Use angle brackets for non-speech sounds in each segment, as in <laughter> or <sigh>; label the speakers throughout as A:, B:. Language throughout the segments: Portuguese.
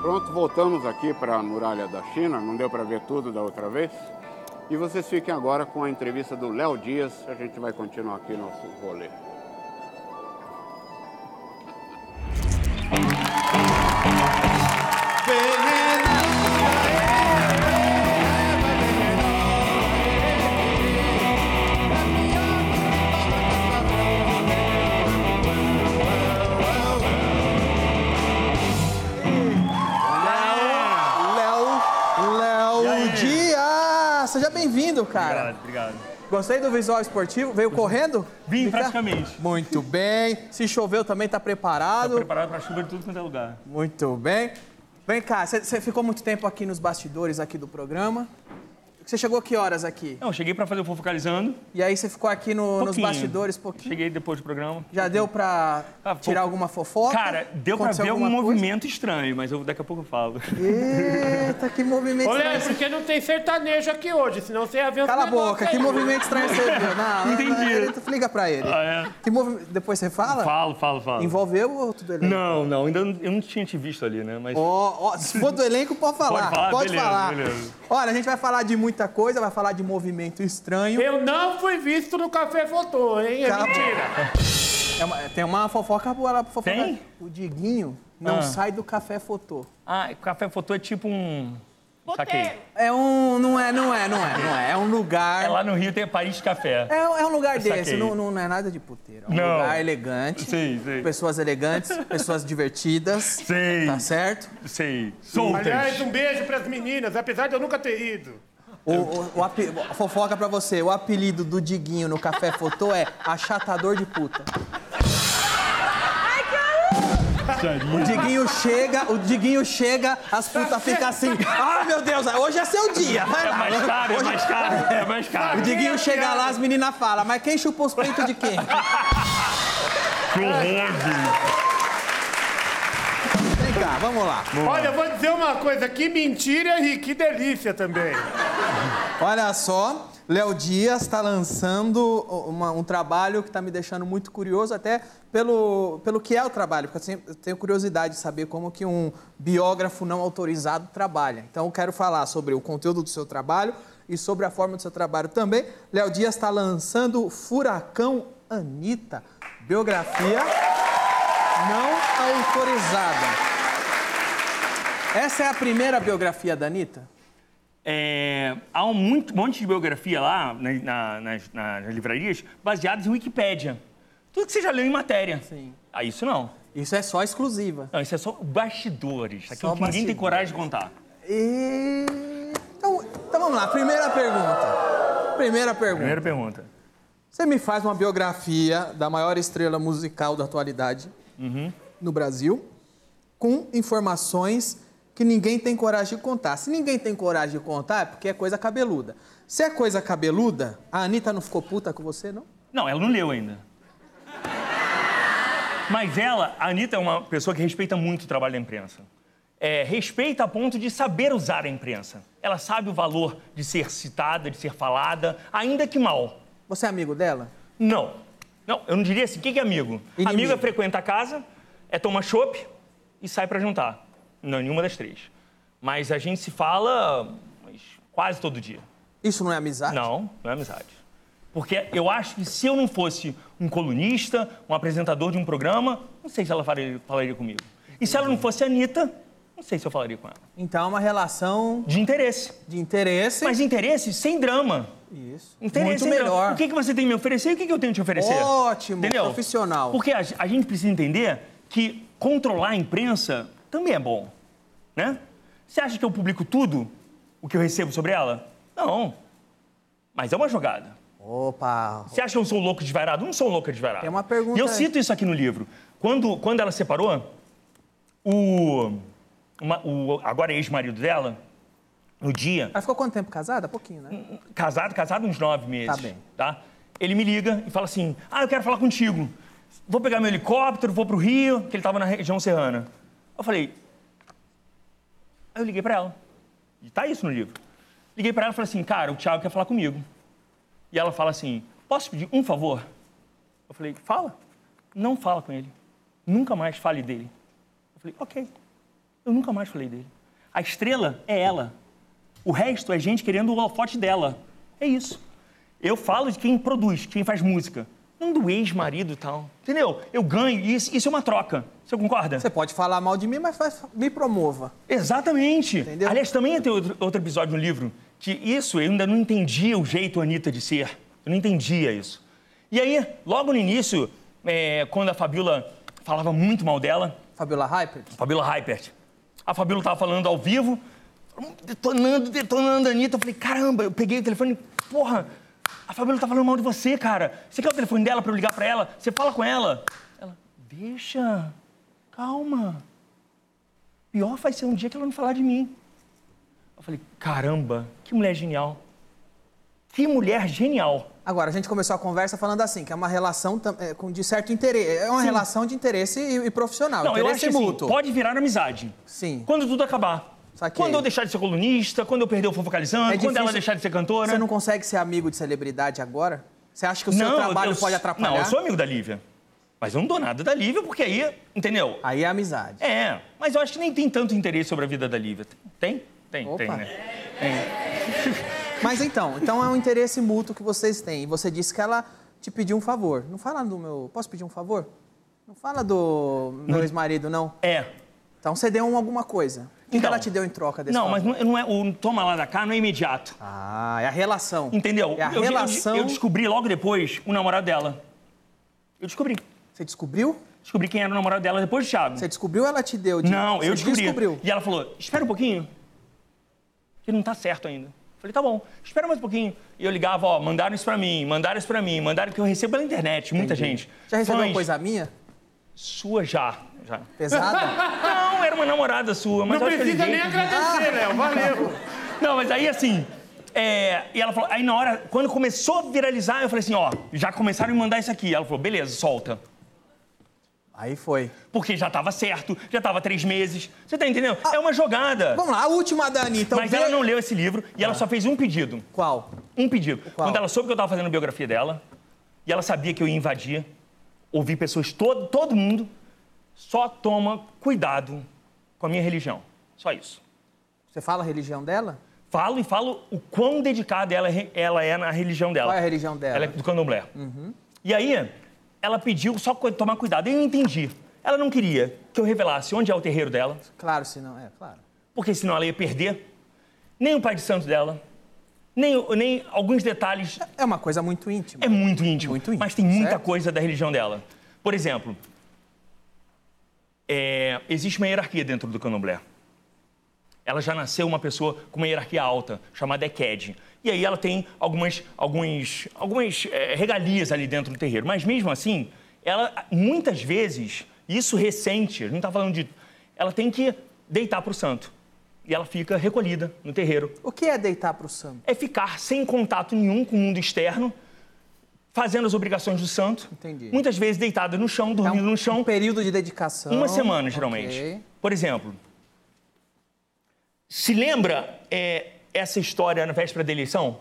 A: Pronto, voltamos aqui para a muralha da China, não deu para ver tudo da outra vez. E vocês fiquem agora com a entrevista do Léo Dias, a gente vai continuar aqui nosso rolê.
B: Léo, Léo
C: aí?
B: Dias! Seja bem-vindo, cara.
C: Obrigado, obrigado.
B: Gostei do visual esportivo? Veio correndo?
C: Vim
B: De cá?
C: praticamente.
B: Muito bem. Se choveu também, tá
C: Tô
B: preparado?
C: preparado pra chuva de tudo quanto é lugar.
B: Muito bem. Vem cá, você ficou muito tempo aqui nos bastidores aqui do programa. Você chegou que horas aqui?
C: Não, cheguei pra fazer o Fofocalizando.
B: E aí você ficou aqui no- nos
C: Um Pouquinho.
B: bastidores um pouquinho?
C: Cheguei depois do programa.
B: Já deu pra
C: Ah,
B: tirar
C: pou-
B: alguma fofoca?
C: Cara, deu pra
B: Aconteceu
C: ver um algum
B: alguma coisa?
C: movimento estranho, mas eu, daqui a pouco eu falo.
B: Eita, que movimento
D: Ô, Léo,
B: estranho.
D: porque não tem sertanejo aqui hoje, senão você ia ver os
B: Cala a
D: negócios
B: boca, que
D: aí.
B: movimento estranho você <laughs> viu. Não,
D: <laughs>
B: não, não,
C: Entendi.
B: ele- liga pra ele.
C: <laughs> Ah, é?
B: Que movi- Depois você fala?
C: Falo, falo, falo.
B: Envolveu o outro do elenco?
C: Não, não, ainda não- eu não tinha te visto ali, né? Mas.
B: Ó, ó, se for do elenco, pode falar.
C: Pode falar? Beleza,
B: falar.
C: beleza.
B: Olha, a gente vai falar de muita coisa, vai falar de movimento estranho.
D: Eu não fui visto no Café Fotô, hein? É
B: Cala a
D: mentira.
B: É uma- tem uma fofoca boa lá pra fofocar.
C: Tem?
B: O Diguinho não
C: Ah.
B: sai do café fotô.
C: Ah, o café fotô é tipo um. Saquei.
B: É um. Não é, não é, não é, não é. É um lugar.
C: É lá no Rio tem Paris Café.
B: É, é um lugar desse,
C: Saquei.
B: não, não é nada de puteiro. É um
C: Não.
B: lugar elegante.
C: Sei, sei.
B: Pessoas elegantes, pessoas divertidas.
C: Sei,
B: Tá certo?
C: sei. Soltas.
D: Aliás, um beijo pras meninas, apesar de eu nunca ter ido.
B: O, o- o ape- Fofoca pra você, o apelido do Diguinho no Café Fotô é achatador de puta. O Diguinho chega, o Diguinho chega, as putas ficam assim. Ah, meu Deus, hoje é seu dia, vai
C: É
B: lá.
C: mais caro, é
B: Hoje-
C: mais caro, é mais caro.
B: O Diguinho chega lá, as meninas falam, mas quem chupa os peitos de quem?
C: Que horror, gente.
B: Vem cá, vamos lá.
D: Olha, eu vou dizer uma coisa, que mentira e que delícia também.
B: Olha só, Léo Dias está lançando uma- um trabalho que está me deixando muito curioso, até pelo, pelo que é o trabalho, porque eu sempre- eu tenho curiosidade de saber como que um biógrafo não autorizado trabalha. Então, eu quero falar sobre o conteúdo do seu trabalho e sobre a forma do seu trabalho também. Léo Dias está lançando Furacão Anitta, biografia não autorizada. Essa é a primeira biografia da Anitta?
C: É, há um muito- monte de biografia lá na- na- nas, nas livrarias baseadas em Wikipédia. Tudo que você já leu em matéria.
B: Sim.
C: Ah, isso não.
B: Isso é só exclusiva.
C: Não, isso é só bastidores. Aquilo
B: Só
C: que ninguém tem
B: bastidores.
C: coragem de contar.
B: E... Então, então vamos lá, primeira pergunta. Primeira pergunta.
C: Primeira pergunta.
B: Você me faz uma biografia da maior estrela musical da atualidade
C: Uhum.
B: no Brasil, com informações que ninguém tem coragem de contar. Se ninguém tem coragem de contar, é porque é coisa cabeluda. Se é coisa cabeluda, a Anitta não ficou puta com você, não?
C: Não, ela não leu ainda. Mas ela, a Anitta é uma pessoa que respeita muito o trabalho da imprensa. É, respeita a ponto de saber usar a imprensa. Ela sabe o valor de ser citada, de ser falada, ainda que mal.
B: Você é amigo dela?
C: Não. Não, eu não diria assim. O que que é amigo?
B: Inimigo.
C: Amigo é frequenta a casa, é toma chopp e sai pra jantar. Não, nenhuma das três. Mas a gente se fala mas, quase todo dia.
B: Isso não é amizade?
C: Não, não é amizade. Porque eu acho que se eu não fosse um colunista, um apresentador de um programa, não sei se ela falaria, falaria comigo. E se ela não fosse a Anitta, não sei se eu falaria com ela.
B: Então é uma relação
C: De interesse.
B: de interesse.
C: Mas interesse sem drama.
B: Isso.
C: Interesse
B: Muito
C: sem
B: melhor.
C: drama. O que, que você tem me oferecer e o que, que eu tenho te oferecer?
B: Ótimo, profissional.
C: Porque a, a gente precisa entender que controlar a imprensa também é bom, né? Você acha que eu publico tudo o que eu recebo sobre ela? Não. Mas é uma jogada.
B: Opa,
C: Você acha que eu sou louco desvairado? Não sou um louco desvairado.
B: Tem uma pergunta
C: E eu
B: aí.
C: cito isso aqui no livro. Quando, quando ela separou, o, uma- o agora é ex-marido dela, no dia,
B: Ela ficou quanto tempo casada? Pouquinho,
C: Hum,
B: né?
C: casado, casado uns nove meses.
B: Tá bem.
C: tá? Ele me liga e fala assim: Ah, eu quero falar contigo. Vou pegar meu helicóptero, vou pro Rio, que ele tava na região serrana. Eu falei. Aí eu liguei pra ela. E tá isso no livro. Liguei pra ela e falei assim: Cara, o Thiago quer falar comigo. E ela fala assim: Posso pedir um favor? Eu falei: Fala. Não fala com ele. Nunca mais fale dele. Eu falei: Ok. Eu nunca mais falei dele. A estrela é ela. O resto é gente querendo o holofote dela. É isso. Eu falo de quem produz, quem faz música. Não do ex-marido e tal. Entendeu? Eu ganho e isso, isso é uma troca. Você concorda?
B: Você pode falar mal de mim, mas faz- me promova.
C: Exatamente.
B: Entendeu?
C: Aliás, também tem outro, outro episódio no livro que isso eu ainda não entendia o jeito Anitta de ser. Eu não entendia isso. E aí, logo no início, é, quando a Fabiola falava muito mal dela,
B: Fabiola Hyper?
C: Fabiola Hypert. A Fabiola tava falando ao vivo, detonando, detonando a Anitta. Eu falei, caramba, eu peguei o telefone, porra, a Fabiola tá falando mal de você, cara. Você quer o telefone dela pra eu ligar pra ela? Você fala com ela. Ela, deixa, calma. Pior vai ser um dia que ela não falar de mim. Eu falei, caramba, que mulher genial. Que mulher genial.
B: Agora, a gente começou a conversa falando assim, que é uma relação tam- é, com- de certo interesse. É uma relação de interesse e, e profissional.
C: Não, eu
B: Ah, interesse é
C: acho que assim,
B: mútuo.
C: pode virar amizade.
B: Sim.
C: Quando tudo acabar.
B: Saquei.
C: Quando eu deixar de ser colunista, quando eu perder o Fofocalizando,
B: É
C: quando ela
B: difícil.
C: deixar de ser cantora.
B: Você não consegue ser amigo de celebridade agora? Você acha que o seu
C: Não,
B: trabalho
C: eu-
B: pode atrapalhar?
C: Não, eu sou amigo da Lívia. Mas eu não dou nada da Lívia, porque aí, entendeu?
B: Aí é amizade.
C: É, mas eu acho que nem tem tanto interesse sobre a vida da Lívia. Tem? Tem,
B: Opa. É.
C: tem, né?
B: Mas então, então é um interesse mútuo que vocês têm. E você disse que ela te pediu um favor. Não fala do meu. Posso pedir um favor? Não fala do meu ex-marido, não.
C: É.
B: Então você deu um alguma coisa. O que que
C: Então.
B: ela te deu em troca desse
C: Não,
B: favor?
C: mas não, não é o toma lá da cá não é imediato.
B: Ah, é a relação.
C: Entendeu?
B: É a
C: Eu- eu-
B: relação.
C: Eu, descobri logo depois o namorado dela. Eu descobri.
B: Você descobriu?
C: Descobri quem era o namorado dela depois do Thiago.
B: Você descobriu ou ela te deu? de-
C: Não, eu
B: Você
C: descobri.
B: descobriu.
C: E ela falou: espera um pouquinho, que não tá certo ainda. Eu Falei, tá bom, espera mais um pouquinho. E eu ligava, ó, mandaram isso pra mim, mandaram isso pra mim, mandaram que eu recebo pela internet, muita gente.
B: Já recebeu
C: Fãs,
B: coisa minha?
C: Sua já. já.
B: Pesada?
C: <laughs> Não, era uma namorada sua, mas
D: Não
C: eu acho que
D: precisa
C: eles-
D: nem agradecer, Léo. Valeu.
C: Não, mas aí assim. é, e ela falou, aí na hora, quando começou a viralizar, eu falei assim, ó, já começaram a me mandar isso aqui. Ela falou, beleza, solta.
B: Aí foi.
C: Porque já tava certo, já tava três meses. Você tá entendendo? é uma jogada.
B: Ah, Vamos lá, a última da Anitta. o
C: Mas
B: B-
C: ela não leu esse livro e ela só fez um pedido.
B: Tá. Qual?
C: Um pedido.
B: Qual?
C: Quando ela soube que eu tava fazendo biografia dela, e ela sabia que eu ia invadir, ouvir pessoas, todo, todo mundo, só toma cuidado com a minha religião. Só isso.
B: Você fala a religião dela?
C: Falo e falo o quão dedicada ela, é- ela é na religião dela.
B: Qual é a religião dela?
C: Ela é do candomblé. E aí, ela pediu só cu- tomar cuidado. Eu entendi. Ela não queria que eu revelasse onde é o terreiro dela,
B: Claro, se não. É, claro.
C: porque senão ela ia perder nem o pai de santo dela, nem, o- nem alguns detalhes
B: É uma coisa muito íntima.
C: É muito íntimo.
B: Muito íntimo,
C: Mas tem muita
B: certo?
C: coisa da religião dela. Por exemplo, é, existe uma hierarquia dentro do candomblé. Ela já nasceu uma pessoa com uma hierarquia alta, chamada Eked. E aí ela tem algumas, algumas, algumas é, regalias ali dentro do terreiro. Mas mesmo assim, ela muitas vezes, isso recente, a gente não está falando de. Ela tem que deitar para o santo. E ela fica recolhida no terreiro
B: O que é deitar pro santo?
C: é ficar sem contato nenhum com o mundo externo, fazendo as obrigações do santo.
B: Entendi.
C: Muitas vezes deitada no chão, dormindo no
B: Um
C: chão,
B: período de dedicação.
C: uma semana geralmente.
B: Então, Ok.
C: Por exemplo, se lembra é, essa história na véspera da eleição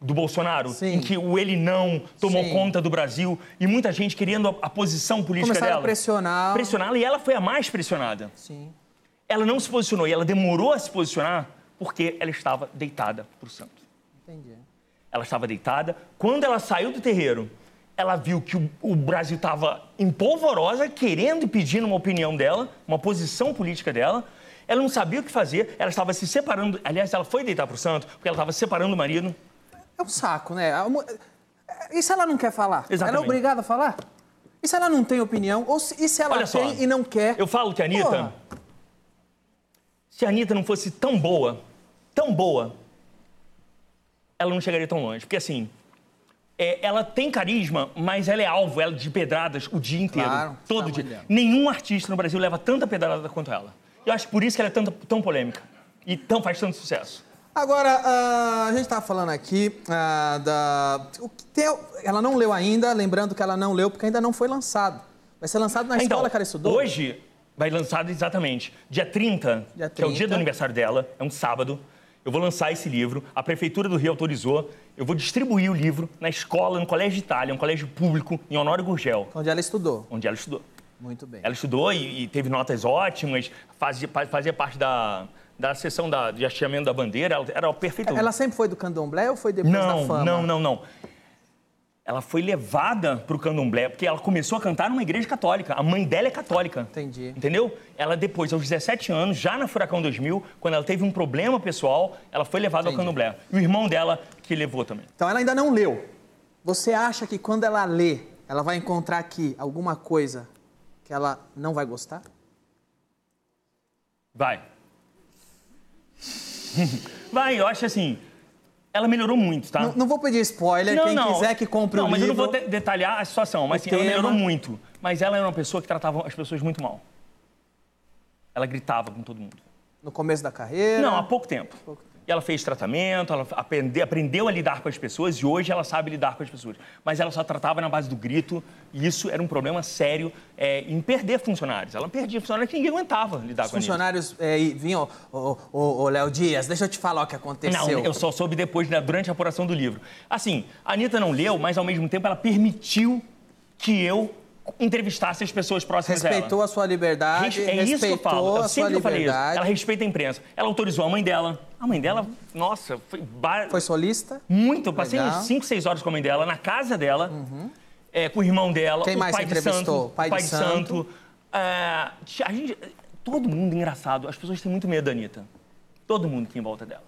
C: do Bolsonaro,
B: Sim.
C: em que o ele não tomou
B: Sim.
C: conta do Brasil e muita gente querendo a, a posição política
B: Começaram
C: dela?
B: a pressionar.
C: Pressioná-la e ela foi a mais pressionada
B: Sim.
C: ela não se posicionou e ela demorou a se posicionar porque ela estava deitada para o santo.
B: <laughs> Entendi.
C: Ela estava deitada. Quando ela saiu do terreiro, ela viu que o, o Brasil estava em polvorosa, querendo e pedindo uma opinião dela, uma posição política dela. Ela não sabia o que fazer, ela estava se separando. Aliás, ela foi deitar para o santo porque ela estava se separando do marido.
B: É um saco, né? A mu- E se ela não quer falar? Ela é
C: Exatamente.
B: obrigada a falar? E se ela não tem opinião? Ou se- e se ela
C: Olha só.
B: tem e não quer?
C: Eu falo que a Anitta.
B: É. Porra.
C: Se a Anitta não fosse tão boa, tão boa, ela não chegaria tão longe. Porque assim, é, ela tem carisma, mas ela é alvo ela é de pedradas o dia inteiro.
B: Claro, Tá
C: todo
B: tamanho
C: dia.
B: dela.
C: Nenhum artista no Brasil leva tanta pedrada quanto ela. Eu acho que por isso que ela é tanta- tão polêmica e tão, faz tanto sucesso.
B: Agora, ah, a gente tava falando aqui ah, da. o que tem- ela não leu ainda, lembrando que ela não leu porque ainda não foi lançado. Vai ser lançado na escola que ela estudou.
C: Então, Hoje vai lançado exatamente dia 30,
B: Dia
C: que é o dia
B: 30.
C: do aniversário dela, é um sábado. Eu vou lançar esse livro, a Prefeitura do Rio autorizou, eu vou distribuir o livro na escola, no Colégio de Itália, um colégio público, em Honório Gurgel,
B: Onde ela estudou.
C: onde ela estudou.
B: Muito bem.
C: Ela estudou e, e teve notas ótimas, fazia, pa- fazia parte da, da sessão da, de hasteamento da bandeira, ela era perfeita.
B: Ela sempre foi do candomblé ou foi depois da
C: Não,
B: fama?
C: não, não, não. Ela foi levada pro candomblé, porque ela começou a cantar numa igreja católica. A mãe dela é católica.
B: Entendi.
C: Entendeu? Ela depois, aos 17 anos, já na Furacão 2000, quando ela teve um problema pessoal, ela foi levada ao
B: Entendi.
C: candomblé. E o irmão dela que levou também.
B: Então ela ainda não leu. Você acha que quando ela lê, ela vai encontrar aqui alguma coisa que ela não vai gostar?
C: Vai. <laughs> Vai, eu acho assim, ela melhorou muito, tá?
B: Não, não vou pedir spoiler, quem quiser que compre
C: não,
B: o
C: mas
B: livro.
C: eu não vou de- detalhar a situação, mas
B: o
C: assim, ela melhorou
B: tema.
C: muito. Mas ela era uma pessoa que tratava as pessoas muito mal. Ela gritava com todo mundo.
B: No começo da carreira?
C: Não, há pouco tempo. E ela fez tratamento, ela aprende- aprendeu a lidar com as pessoas e hoje ela sabe lidar com as pessoas. Mas ela só tratava na base do grito e isso era um problema sério é, em perder funcionários. Ela perdia funcionários que ninguém aguentava lidar
B: Os
C: com eles.
B: funcionários é, e vinham, ô, ô, ô, ô, Léo Dias, deixa eu te falar o que
C: Não,
B: aconteceu.
C: eu só soube depois, né, durante a apuração do livro. Assim, a Anitta não leu, mas ao mesmo tempo ela permitiu que eu entrevistasse as pessoas próximas dela.
B: Respeitou a sua liberdade,
C: Res- É
B: respeitou
C: isso que eu falo.
B: a
C: Eu
B: sua
C: sempre que eu falei isso.
B: liberdade.
C: Ela respeita a imprensa. Ela autorizou a mãe dela. A mãe dela, nossa, foi, ba-
B: Foi solista?
C: muito. Eu passei
B: Legal. Uhum.
C: uns 5, 6 horas com a mãe dela, na casa dela, é, com o irmão dela.
B: Quem
C: o
B: mais
C: pai
B: você
C: de
B: entrevistou?
C: santo,
B: Pai
C: o pai
B: de
C: de
B: santo.
C: santo. É, a gente, todo mundo engraçado. As pessoas têm muito medo da Anitta. Todo mundo que em volta dela.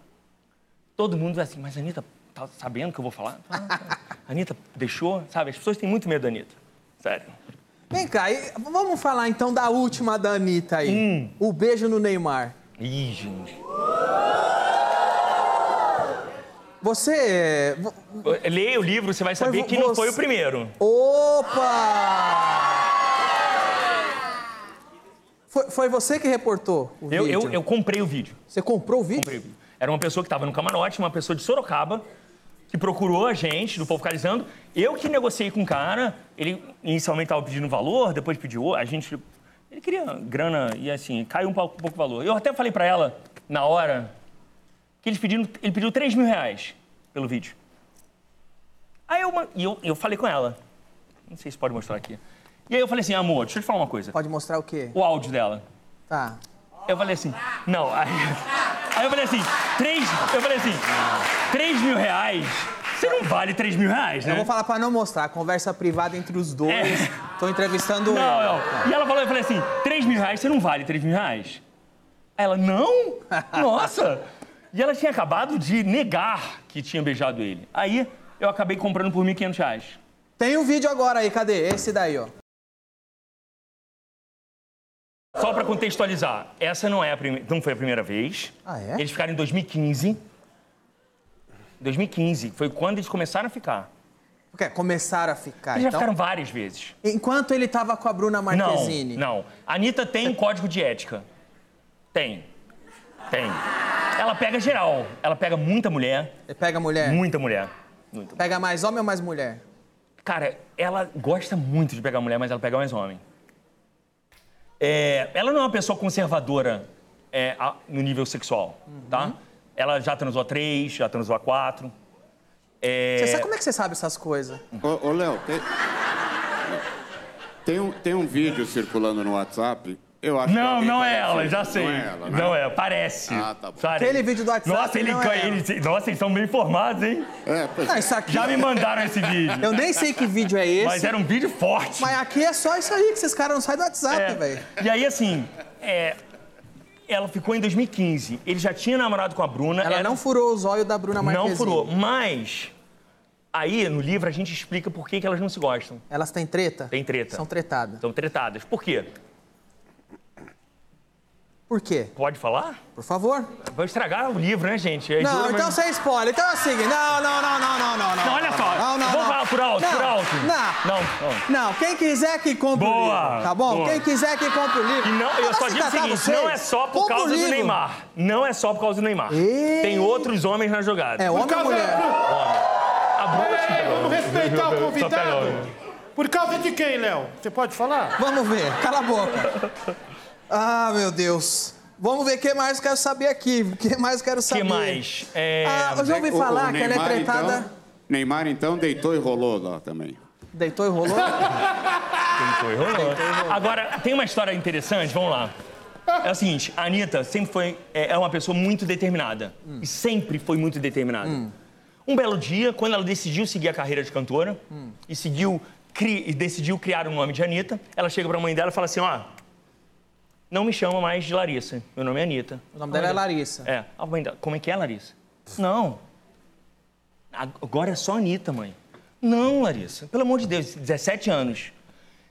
C: Todo mundo é assim, mas a Anitta tá sabendo que eu vou falar? Ah, tá. A Anitta deixou, sabe? As pessoas têm muito medo da Anitta. Sério.
B: Vem cá, e vamos falar então da última da Anitta aí.
C: Hum.
B: O beijo no Neymar.
C: Ih, gente.
B: Você. eh, vo-
C: Leia o livro, você vai saber
B: vo-
C: que não foi
B: você-
C: o primeiro.
B: Opa! Foi, foi você que reportou o
C: Eu,
B: vídeo?
C: eu, eu comprei o vídeo.
B: Você comprou o vídeo?
C: Comprei o vídeo. Era uma pessoa que estava no camarote, uma pessoa de Sorocaba, que procurou a gente, do Povo Carizando. Eu que negociei com o cara, ele inicialmente estava pedindo valor, depois pediu, a gente. Ele queria grana e assim, caiu um pouco, um pouco o valor. Eu até falei para ela, na hora, que eles pediram, ele pediu 3 mil reais pelo vídeo. Aí eu, ma- e eu, eu falei com ela. Não sei se pode mostrar aqui. E aí eu falei assim, amor, deixa eu te falar uma coisa.
B: Pode mostrar o quê?
C: O áudio dela.
B: Tá.
C: Eu falei assim, não, <laughs> aí, aí eu falei assim, três, eu falei assim, três mil reais, você não vale três mil reais, né?
B: Eu vou falar pra não mostrar. Conversa privada entre os dois.
C: É.
B: Tô entrevistando
C: Não,
B: ela.
C: não. E ela falou, eu falei assim, três mil reais, você não vale três mil reais. Aí Ela, não?
B: <laughs>
C: Nossa! E ela tinha acabado de negar que tinha beijado ele. Aí eu acabei comprando por 1.500 reais.
B: Tem o vídeo agora aí, cadê? Esse daí, ó.
C: Só pra contextualizar, essa não, é a prime... não foi a primeira vez.
B: Ah, é?
C: Eles ficaram em 2015. 2015, foi quando eles começaram a ficar.
B: Porque começaram a ficar.
C: Eles já
B: então.
C: ficaram várias vezes.
B: Enquanto ele tava com a Bruna
C: Não,
B: Marquezine.
C: não. A Anitta
B: <laughs>
C: tem código de ética. Tem. Tem. Ela pega geral. Ela pega muita mulher,
B: Ele pega mulher?
C: muita mulher. Muita.
B: Pega mais homem ou mais mulher?
C: Cara, ela gosta muito de pegar mulher, mas ela pega mais homem. É, ela não é uma pessoa conservadora é, a- no nível sexual,
B: Uhum.
C: tá? Ela já transou a três, já transou a quatro. É,
B: Você sabe como é que você sabe essas coisas?
A: Ô, ô, Léo, tem... Tem, um, tem um vídeo circulando no WhatsApp. Eu acho
C: Não,
A: que alguém
C: não é
A: parece-
C: ela, já sei.
A: Não é ela, né?
C: Não é, parece.
A: Ah, tá bom.
C: Sabe?
B: Aquele vídeo do WhatsApp
C: Nossa, ele,
B: não
C: ca-
B: é
C: ele- nossa, eles são bem informados, hein?
A: É, pois-
B: Não, isso aqui.
C: Já me mandaram esse vídeo.
B: Eu nem sei que vídeo é esse.
C: Mas
B: Mas,
C: era um vídeo forte.
B: aqui é só isso aí, que esses caras não saem do WhatsApp,
C: É.
B: velho.
C: E aí, assim, é, ela ficou em 2015. Ele já tinha namorado com a Bruna.
B: Ela
C: era-
B: não furou os olhos da Bruna Marquezine.
C: não furou. Mas aí, no livro, a gente explica por que, que elas não se gostam.
B: Elas têm treta?
C: Tem treta.
B: São tretadas.
C: São tretadas. Por quê?
B: Por quê?
C: Pode falar?
B: Por favor.
C: Vai estragar o livro, né, gente? É
B: Não,
C: duro, mas-
B: então sem spoiler. Então é o seguinte. Não, não, não, não, não, não.
C: Não, olha só.
B: Não, não,
C: Vou
B: não.
C: falar por alto,
B: não,
C: por alto.
B: Não.
C: Não, não.
B: Não, quem quiser que compre o
C: Boa,
B: livro, tá bom?
C: boa.
B: Quem quiser que compre o livro.
C: E não, eu
B: Mas assim, tá,
C: só
B: se
C: digo o
B: tratar
C: seguinte,
B: vocês,
C: não é só por
B: compra o
C: causa do
B: livro.
C: Neymar. Não é só por causa do Neymar.
B: Ei.
C: Tem outros homens na jogada.
B: É homem ou
D: causa-
B: mulher?
C: A Bruna
B: É,
C: te
D: Peraí,
C: pegou.
D: vamos respeitar
B: tá
C: Só
D: o
C: pega
B: né?
D: convidado.
C: homem.
D: Por causa de quem, Léo? Você pode falar?
B: Vamos ver. Cala a boca. Ah, meu Deus. Vamos ver o que mais quero saber aqui. O que mais quero
C: O que
B: saber.
C: mais? É,
B: Ah, eu já ouvi
A: O- o
B: falar que ela é
A: Neymar,
B: tretada.
A: Então, Neymar, então, deitou e rolou lá também.
B: Deitou e rolou.
C: Tentou e rolou. Agora, tem uma história interessante, vamos lá. É o seguinte, a Anitta sempre foi é, é uma pessoa muito determinada.
B: Hum.
C: E sempre foi muito determinada. Um belo dia, quando ela decidiu seguir a carreira de cantora
B: Hum.
C: e, seguiu, cri- e decidiu criar o nome de Anitta, ela chega pra mãe dela e fala assim, ó... Não me chama mais de Larissa, meu nome é Anitta.
B: O nome dela é Larissa.
C: É. A mãe dela, como é que é, Larissa? Não. Agora é só a Anitta, mãe. Não, Larissa. Pelo amor de Deus, 17 anos.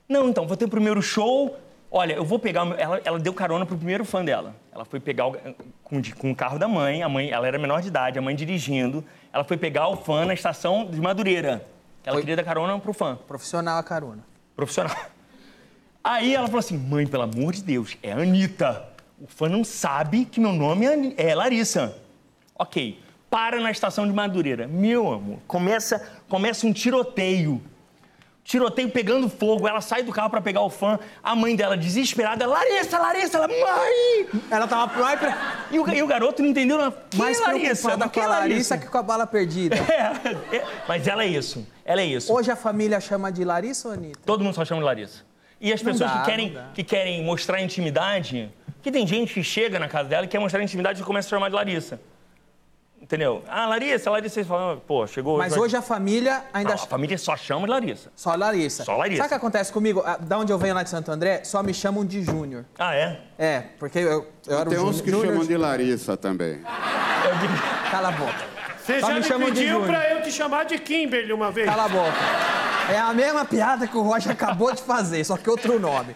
C: Não, então, vou ter o primeiro show. Olha, eu vou pegar. o meu- Ela, ela deu carona pro primeiro fã dela. Ela foi pegar o, com, de- com o carro da mãe, a mãe, ela era menor de idade, a mãe dirigindo. Ela foi pegar o fã na estação de Madureira. Ela
B: Foi-
C: queria dar carona pro fã
B: Profissional a carona.
C: profissional. Aí ela falou assim: mãe, pelo amor de Deus, é Anitta. O fã não sabe que meu nome é, Ani- é Larissa. Ok, para na estação de Madureira. Meu amor, começa, começa um tiroteio. Tiroteio pegando fogo, ela sai do carro pra pegar o fã. A mãe dela, desesperada, Larissa, Larissa, ela, mãe!
B: Ela tava mais, pre-
C: E o, <laughs> ga- <laughs> e o garoto não entendeu nada. Que
B: mais
C: Larissa?
B: preocupada
C: Mas
B: com
C: Que
B: a Larissa
C: Larissa?
B: que com a
C: <laughs>
B: bala perdida.
C: É, é, mas ela é isso, ela é isso.
B: Hoje a família chama de Larissa ou Anitta?
C: Todo mundo só chama de Larissa. E as pessoas
B: dá,
C: que, querem,
B: não dá.
C: que querem mostrar intimidade, que tem gente que chega na casa dela e quer mostrar intimidade e começa a chamar de Larissa. Entendeu? Ah, Larissa, Larissa, vocês falam, pô, chegou.
B: Mas
C: vai-
B: hoje a família ainda
C: Não, a família só chama de Larissa.
B: Só Larissa.
C: Só Larissa.
B: Sabe o que acontece comigo? Ah, Da onde eu venho lá de Santo André, só me chamam de Júnior.
C: Ah, é?
B: É, porque eu, eu era
A: Tem
B: o
A: uns que
B: Júnior.
A: chamam de Larissa também.
C: Eu digo,
B: Cala a boca.
D: Você
B: Só
D: já
B: Tá me
D: me,
B: chamam de
D: pediu
B: Júnior.
D: pra eu te chamar de Kimberly uma vez.
B: Cala a boca. É a mesma piada que o Roger acabou de fazer, só que outro nome.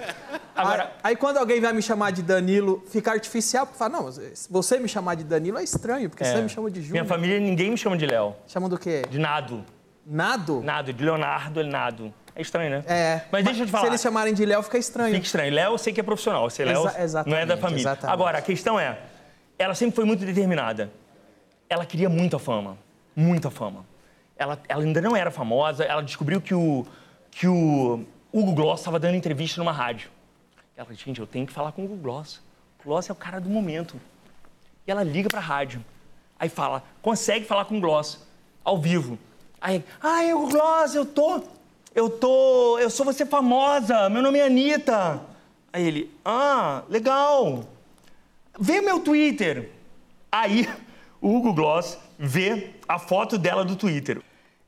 C: Agora-
B: aí, aí quando alguém vai me chamar de Danilo, fica artificial, porque fala, não, se você me chamar de Danilo é estranho, porque
C: é.
B: você me chama de Júnior.
C: Minha família, ninguém me chama de Léo.
B: Chamam do quê?
C: De Nado.
B: Nado?
C: Nado, de Leonardo, ele Nado. É estranho, né?
B: É.
C: Mas deixa eu te falar.
B: Se eles chamarem de Léo, fica estranho.
C: Fica estranho. Léo eu sei que é profissional. Esse Léo
B: Exa- exatamente,
C: não é da família.
B: exatamente.
C: Agora, a questão é, ela sempre foi muito determinada. Ela queria muita fama. Muita fama. Ela, ela ainda não era famosa. Ela descobriu que o, que o Hugo Gloss estava dando entrevista numa rádio. Ela falou, gente, eu tenho que falar com o Hugo Gloss. O Gloss é o cara do momento. E ela liga pra rádio. Aí fala, consegue falar com o Gloss, ao vivo. Aí, ai, o Gloss, eu tô. Eu tô. Eu sou você famosa, meu nome é Anitta. Aí ele, ah, legal. Vê meu Twitter. Aí <laughs> o Hugo Gloss vê a foto dela do Twitter.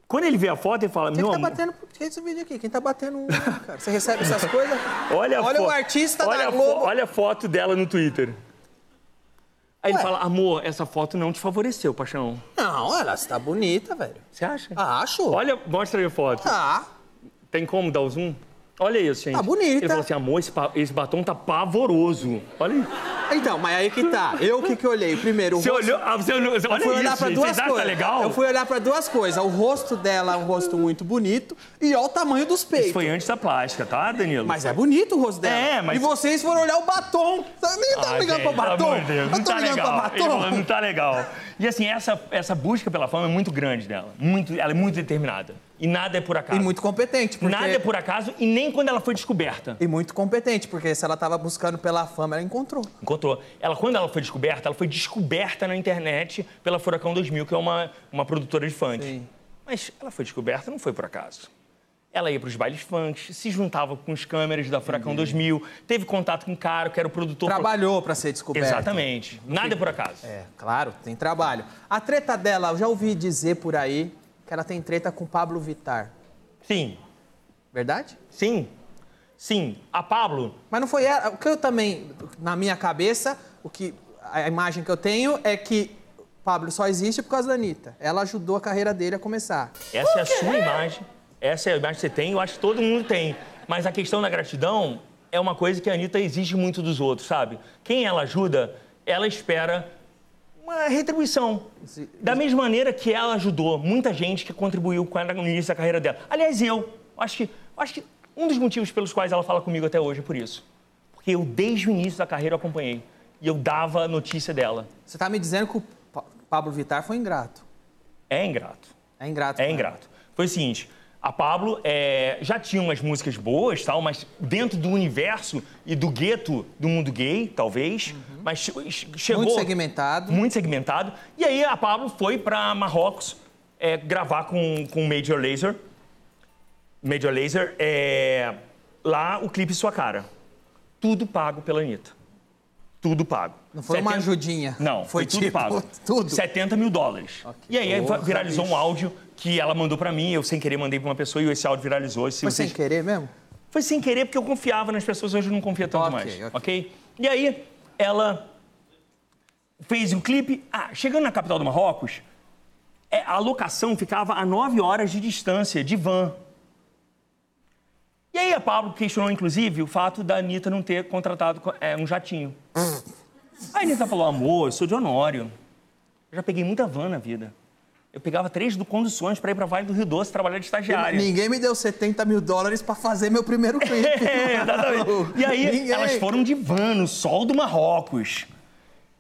C: Quando ele vê a foto, ele fala,
B: Quem
C: meu
B: que tá
C: amor.
B: batendo? Quem é esse vídeo aqui? Quem tá
C: <laughs>
B: batendo? um, Cara? Você recebe essas coisas?
C: Olha, a
B: Olha
C: fo-
B: o artista
C: olha
B: da
C: a fo-
B: Globo.
C: Olha a foto dela no Twitter. Aí
B: Ué.
C: ele fala, amor, essa foto não te favoreceu, paixão.
B: Não, ela está bonita, velho.
C: Você acha?
B: Acho.
C: Olha, mostra aí a foto.
B: Tá.
C: Tem como dar o zoom? Olha isso, gente.
B: Tá bonita.
C: Ele falou assim, amor, esse, pa- esse batom tá pavoroso. Olha aí.
B: Então, mas aí que tá. Eu que que olhei? Primeiro, o
C: Você
B: rosto...
C: olhou, ah, você olhou, você- olha
B: Eu fui olhar
C: isso,
B: pra
C: gente.
B: duas
C: Vocês acham que tá
B: coisas.
C: legal?
B: Eu fui olhar pra duas coisas. O rosto dela é um rosto muito bonito e olha o tamanho dos peitos.
C: Isso foi antes da plástica, tá, Danilo?
B: Mas é bonito o rosto dela.
C: É, mas-
B: E vocês foram olhar o batom. Tá- Nem tá
C: Ah,
B: ligando
C: gente,
B: pra batom?
C: Pelo amor de Deus,
B: Eu
C: não
B: tô
C: tá
B: ligando
C: legal.
B: pra
C: Ele
B: batom?
C: falou, não tá legal. E assim, essa, essa busca pela fama é muito grande dela. Muito, ela é muito determinada. E nada é por acaso.
B: E muito competente, porque...
C: Nada é por acaso e nem quando ela foi descoberta.
B: E muito competente, porque se ela tava buscando pela fama, ela encontrou.
C: Encontrou. Ela, quando ela foi descoberta, ela foi descoberta na internet pela Furacão 2000, que é uma, uma produtora de funk.
B: Sim.
C: Mas ela foi descoberta, não foi por acaso. Ela ia para os bailes funk, se juntava com os câmeras da Furacão 2000, teve contato com o cara, que era o produtor...
B: Uhum. Trabalhou pra ser descoberta.
C: Exatamente. Nada é por acaso.
B: É, claro, tem trabalho. A treta dela, eu já ouvi dizer por aí que ela tem treta com Pablo Vitar.
C: Sim,
B: Verdade?
C: sim, sim. A Pablo,
B: Mas não foi ela. O que eu também, na minha cabeça, o que a imagem que eu tenho é que Pablo só existe por causa da Anitta. Ela ajudou a carreira dele a começar.
C: Essa é a sua imagem. Essa é a imagem que você tem, eu acho que todo mundo tem. Mas a questão da gratidão é uma coisa que a Anitta exige muito dos outros, sabe? Quem ela ajuda, ela espera uma retribuição.
B: Esse-
C: Da mesma maneira que ela ajudou muita gente que contribuiu com ela no início da carreira dela. Aliás, eu acho que, acho que um dos motivos pelos quais ela fala comigo até hoje é por isso. Porque eu, desde o início da carreira, eu acompanhei. E eu dava notícia dela.
B: Você tá me dizendo que o Pa- Pablo Vitar foi ingrato.
C: É ingrato.
B: É ingrato.
C: É
B: cara.
C: ingrato. Foi o seguinte, a Pablo é, já tinha umas músicas boas, tal, mas dentro do universo e do gueto do mundo gay, talvez, mas che- che- chegou...
B: Uhum. Muito segmentado.
C: Muito segmentado. E aí a Pablo foi para Marrocos é, gravar com com o Major Lazer. Major Lazer é, Lá, o clipe Sua Cara. Tudo pago pela Anitta. Tudo pago.
B: Não foi uma ajudinha.
C: Não,
B: Foi
C: foi, tudo
B: tipo,
C: pago.
B: tudo. Ah,
C: 70 mil dólares. E aí aí
B: Porra,
C: viralizou um áudio que ela mandou pra mim, eu sem querer mandei pra uma pessoa e esse áudio viralizou. Se
B: Foi
C: vocês-
B: sem querer mesmo?
C: foi sem querer, porque eu confiava nas pessoas, hoje eu não confio tanto
B: Ok,
C: mais.
B: ok.
C: ok? E aí, ela fez um clipe. Ah, chegando na capital do Marrocos, é, a locação ficava a 9 horas de distância, de van. E aí, a Pablo questionou, inclusive, o fato da Anitta não ter contratado co- é, um jatinho. A Anitta falou: amor, eu sou de Honório. Eu já peguei muita van na vida. Eu pegava três do condições para ir para Vale do Rio Doce trabalhar de estagiário.
B: Ninguém me deu 70 mil dólares pra fazer meu
C: <laughs>
B: primeiro clipe.
C: É,
B: <laughs>
C: exatamente. E aí,
B: Ninguém.
C: elas foram de van no sol do Marrocos.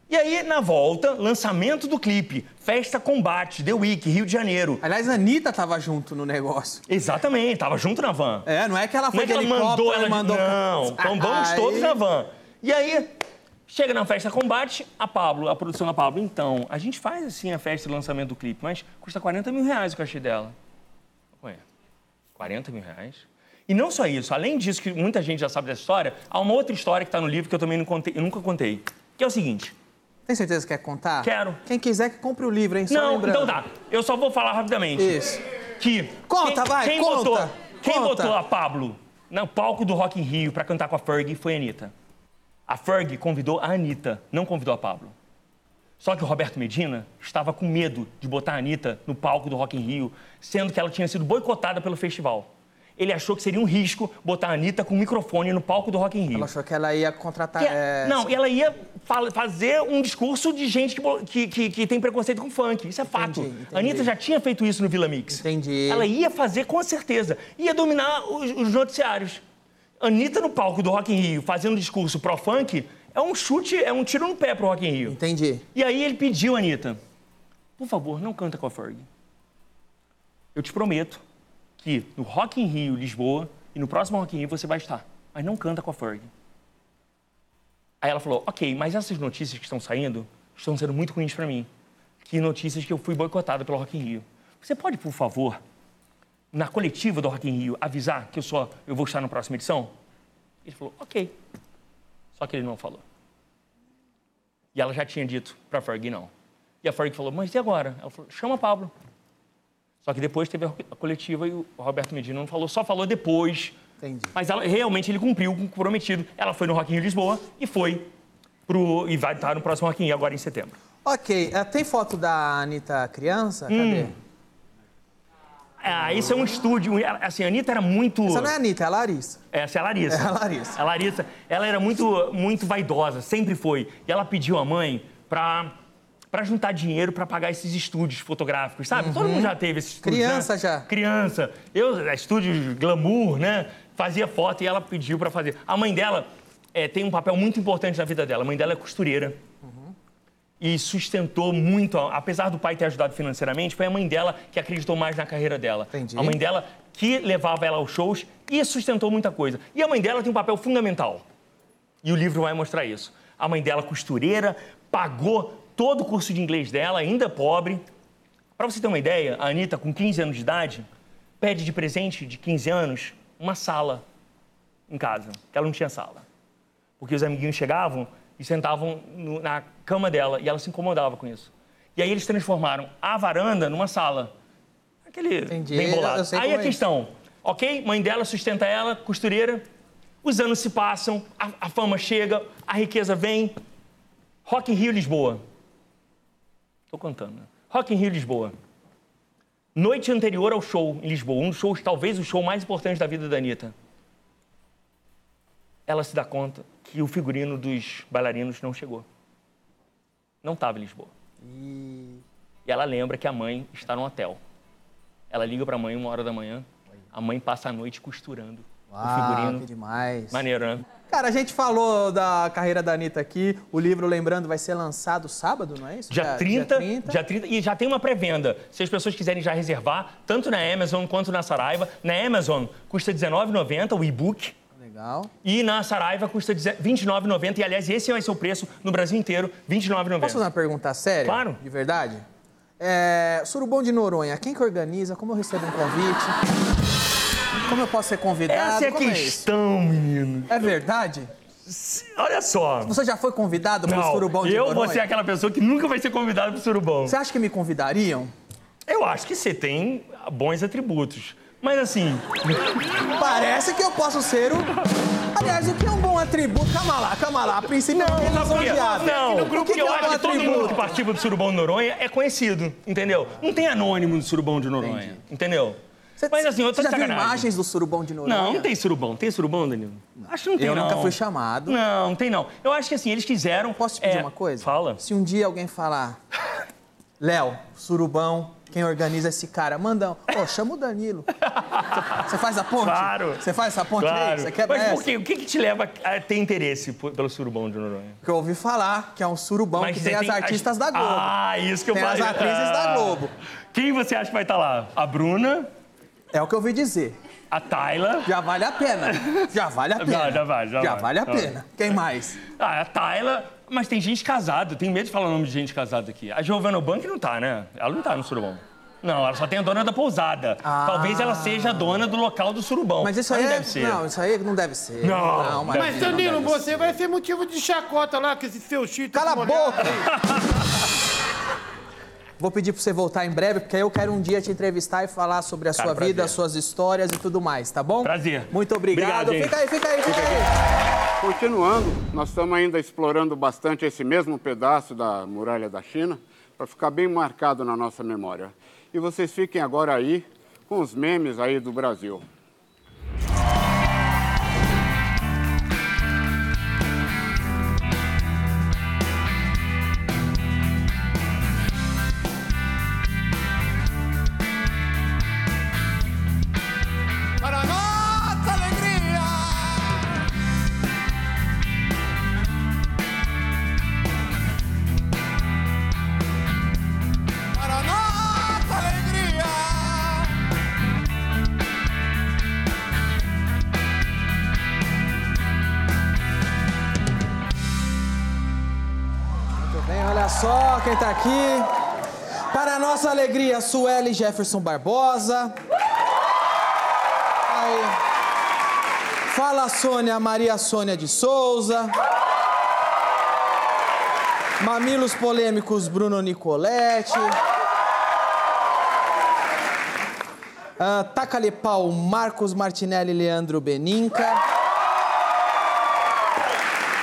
C: E aí, na volta, lançamento do clipe. Festa Combate, The Week, Rio de Janeiro.
B: Aliás, a Anitta tava junto no negócio.
C: Exatamente, tava junto na van.
B: É, não é que ela
C: Não
B: foi
C: é que
B: de
C: ela mandou
B: helicóptero
C: ela...
B: e
C: de-
B: mandou... <laughs>
C: Não, então vamos
B: Aí-
C: todos na van. E aí, chega na Festa Combate, a Pablo, a produção da Pablo. Então, a gente faz, assim, a festa e lançamento do clipe, mas custa 40 mil reais o cachê dela. Ué, 40 mil reais? E não só isso, além disso, que muita gente já sabe dessa história, há uma outra história que está no livro que eu também não contei, eu nunca contei, que é o seguinte.
B: Tem certeza que quer contar?
C: Quero.
B: Quem quiser que compre o livro, hein? Só
C: não,
B: lembrando.
C: então tá, eu só vou falar rapidamente.
B: Isso.
C: Que
B: Conta,
C: quem,
B: vai,
C: quem
B: conta,
C: Botou, quem
B: conta.
C: botou a Pablo no palco do Rock in Rio pra cantar com a Ferg foi a Anitta. A Ferg convidou a Anitta, não convidou a Pablo. Só que o Roberto Medina estava com medo de botar a Anitta no palco do Rock in Rio, sendo que ela tinha sido boicotada pelo festival. Ele achou que seria um risco botar a Anitta com microfone no palco do Rock in Rio.
B: Ela achou que ela ia contratar...
C: Que-
B: é,
C: Não, ela ia fal- fazer um discurso de gente que, bo- que, que- que tem preconceito com funk. Isso é fato.
B: Entendi, entendi.
C: A Anitta já tinha feito isso no Vila Mix.
B: Entendi.
C: Ela ia fazer com certeza. Ia dominar os, os noticiários. Anitta no palco do Rock in Rio fazendo discurso pró-funk é um chute, é um tiro no pé pro Rock in Rio.
B: Entendi.
C: E aí ele pediu, Anitta, por favor, não canta com a Ferg. Eu te prometo que no Rock in Rio, Lisboa, e no próximo Rock in Rio você vai estar. Mas não canta com a Ferg. Aí ela falou, ok, mas essas notícias que estão saindo estão sendo muito ruins pra mim. Que notícias que eu fui boicotada pelo Rock in Rio. Você pode, por favor, na coletiva do Rock in Rio, avisar que eu só eu vou estar na próxima edição? Ele falou, ok. Só que ele não falou. E ela já tinha dito pra Ferg não. E a Ferg falou, mas e agora? Ela falou, chama a Pablo. Só que depois teve a coletiva e o Roberto Medina não falou, só falou depois.
B: Entendi.
C: Mas ela, realmente ele cumpriu com o prometido. Ela foi no Rock in Rio Lisboa e foi pro... E vai estar no próximo Rock in Rio agora em setembro.
B: Ok, eh, tem foto da Anitta criança? Cadê?
C: Hum. Ah, isso é um estúdio. Assim, a Anitta era muito...
B: Essa não é a Anitta, é a Larissa.
C: Essa é a Larissa.
B: É a Larissa.
C: A Larissa, ela era muito, muito vaidosa, sempre foi. E ela pediu à mãe pra, pra juntar dinheiro pra pagar esses estúdios fotográficos, sabe? Todo
B: Uhum.
C: mundo já teve esses estúdios,
B: Criança
C: né?
B: já.
C: Criança. Eu, é, estúdios glamour, né? Fazia foto e ela pediu pra fazer. A mãe dela é, tem um papel muito importante na vida dela. A mãe dela é costureira e sustentou muito, a- apesar do pai ter ajudado financeiramente, foi a mãe dela que acreditou mais na carreira dela.
B: Entendi.
C: A mãe dela que levava ela aos shows e sustentou muita coisa. E a mãe dela tem um papel fundamental. E o livro vai mostrar isso. A mãe dela, costureira, pagou todo o curso de inglês dela, ainda pobre. Pra você ter uma ideia, a Anitta, com 15 anos de idade, pede de presente de 15 anos uma sala em casa. que Ela não tinha sala. Porque os amiguinhos chegavam e sentavam no- na cama dela e ela se incomodava com isso. E aí eles transformaram a varanda numa sala. Aquele
B: Entendi,
C: bem bolado.
B: eu sei
C: aí
B: como
C: a
B: é.
C: questão, ok? Mãe dela sustenta ela, costureira. Os anos se passam, a, a fama chega, a riqueza vem. Rock in Rio Lisboa. Tô contando. né? Rock in Rio Lisboa. Noite anterior ao show em Lisboa, um dos shows, talvez o show mais importante da vida da Anitta ela se dá conta que o figurino dos bailarinos não chegou. Não estava em Lisboa. E ela lembra que a mãe está no hotel. Ela liga para a mãe uma hora da manhã. A mãe passa a noite costurando o
B: Ah, que
C: figurino.
B: demais.
C: Maneiro, né?
B: Cara, a gente falou da carreira da Anitta aqui. O livro, lembrando, vai ser lançado sábado, não é isso?
C: Dia
B: cara?
C: 30,
B: Dia 30.
C: dia 30, e já tem uma pré-venda. Se as pessoas quiserem já reservar, tanto na Amazon quanto na Saraiva. Na Amazon custa R$19,90 o e-book.
B: Legal.
C: E na Saraiva custa R$29,90. E, aliás, esse vai ser o preço no Brasil inteiro, R$29,90.
B: Posso fazer uma pergunta séria?
C: Claro.
B: De verdade? É, Surubom de Noronha, quem que organiza? Como eu recebo um convite? Como eu posso ser convidado?
C: Essa é a
B: Como isso?
C: questão, menino.
B: É verdade?
C: Se- Olha só.
B: Você já foi convidado para o Surubão
C: Não,
B: de
C: eu
B: Noronha?
C: vou ser aquela pessoa que nunca vai ser convidada pro surubão.
B: Você acha que me convidariam?
C: Eu acho que você tem bons atributos. Mas assim,
B: Parece que eu posso ser o... Aliás, o que é um bom atributo? Calma lá, calma lá. A princípio não, é
C: sabe por quê?
B: lisonjeado.
C: Não,
B: O
C: porque
B: é
C: eu
B: um
C: acho
B: bom
C: que todo mundo que participa do Surubão de Noronha é conhecido, entendeu? Não tem anônimo do Surubão de Noronha, entendeu?
B: Você-
C: Mas assim, eu tô
B: você
C: de
B: já viu
C: sacanagem.
B: imagens do surubão de Noronha?
C: Não, não tem surubão. Tem surubão, Danilo? Acho que não tem,
B: Eu
C: não.
B: nunca fui chamado.
C: Não, não tem, não. Eu acho que assim, eles quiseram...
B: Posso te pedir
C: é,
B: uma coisa?
C: Fala.
B: Se um dia alguém falar, Léo, surubão, quem organiza esse cara? Manda, Pô, chama
C: <laughs>
B: o Danilo. Você faz a ponte?
C: Claro.
B: Você faz essa ponte aí?
C: Claro.
B: Você quebra
C: Mas por
B: essa?
C: quê? O que, que te leva a ter interesse por- pelo Surubão de Noronha?
B: Porque eu ouvi falar que é um surubão
C: Mas
B: que
C: você
B: tem as artistas da Globo.
C: Ah, isso que eu
B: Tem as
C: falei.
B: atrizes
C: Ah.
B: da Globo.
C: Quem você acha que vai estar lá? A Bruna,
B: É o que eu ouvi dizer.
C: a Tayla...
B: Já vale a pena. Já vale a
C: <laughs> Já,
B: pena.
C: já vale, já vale.
B: vale a
C: Já vale.
B: pena. Quem mais?
C: Ah, a Tayla... Mas tem gente casada. Eu tenho medo de falar o nome de gente casada aqui. A Giovanna Bank não tá, né? Ela não tá no Surubão. Não, ela só tem a dona da pousada.
B: Ah.
C: Talvez ela seja a dona do local do Surubão.
B: Mas isso aí
C: não
B: é-
C: deve ser.
B: Não, isso aí não deve ser.
C: Não,
B: imagina,
D: Mas,
B: não
D: Danilo,
B: deve
D: você vai ser motivo de chacota lá com esse seu chito.
B: Cala a
D: molhado.
B: boca! Vou pedir pra você voltar em breve, porque aí eu quero um dia te entrevistar e falar sobre a
C: Cara,
B: sua
C: prazer.
B: vida, as suas histórias e tudo mais, tá bom?
C: Prazer.
B: Muito obrigado.
C: Obrigado, hein?
B: fica aí, fica aí, fica aí.
A: Continuando, nós estamos ainda explorando bastante esse mesmo pedaço da muralha da China para ficar bem marcado na nossa memória. E vocês fiquem agora aí com os memes aí do Brasil.
E: para nossa alegria. Para nossa alegria.
B: Muito bem, olha só quem tá aqui. Para nossa alegria, Sueli Jefferson Barbosa. Aí. Fala Sônia, Maria Sônia de Souza. Mamilos polêmicos, Bruno Nicoletti. Ah, Taca-lhe pau, Marcos Martinelli, Leandro Beninca.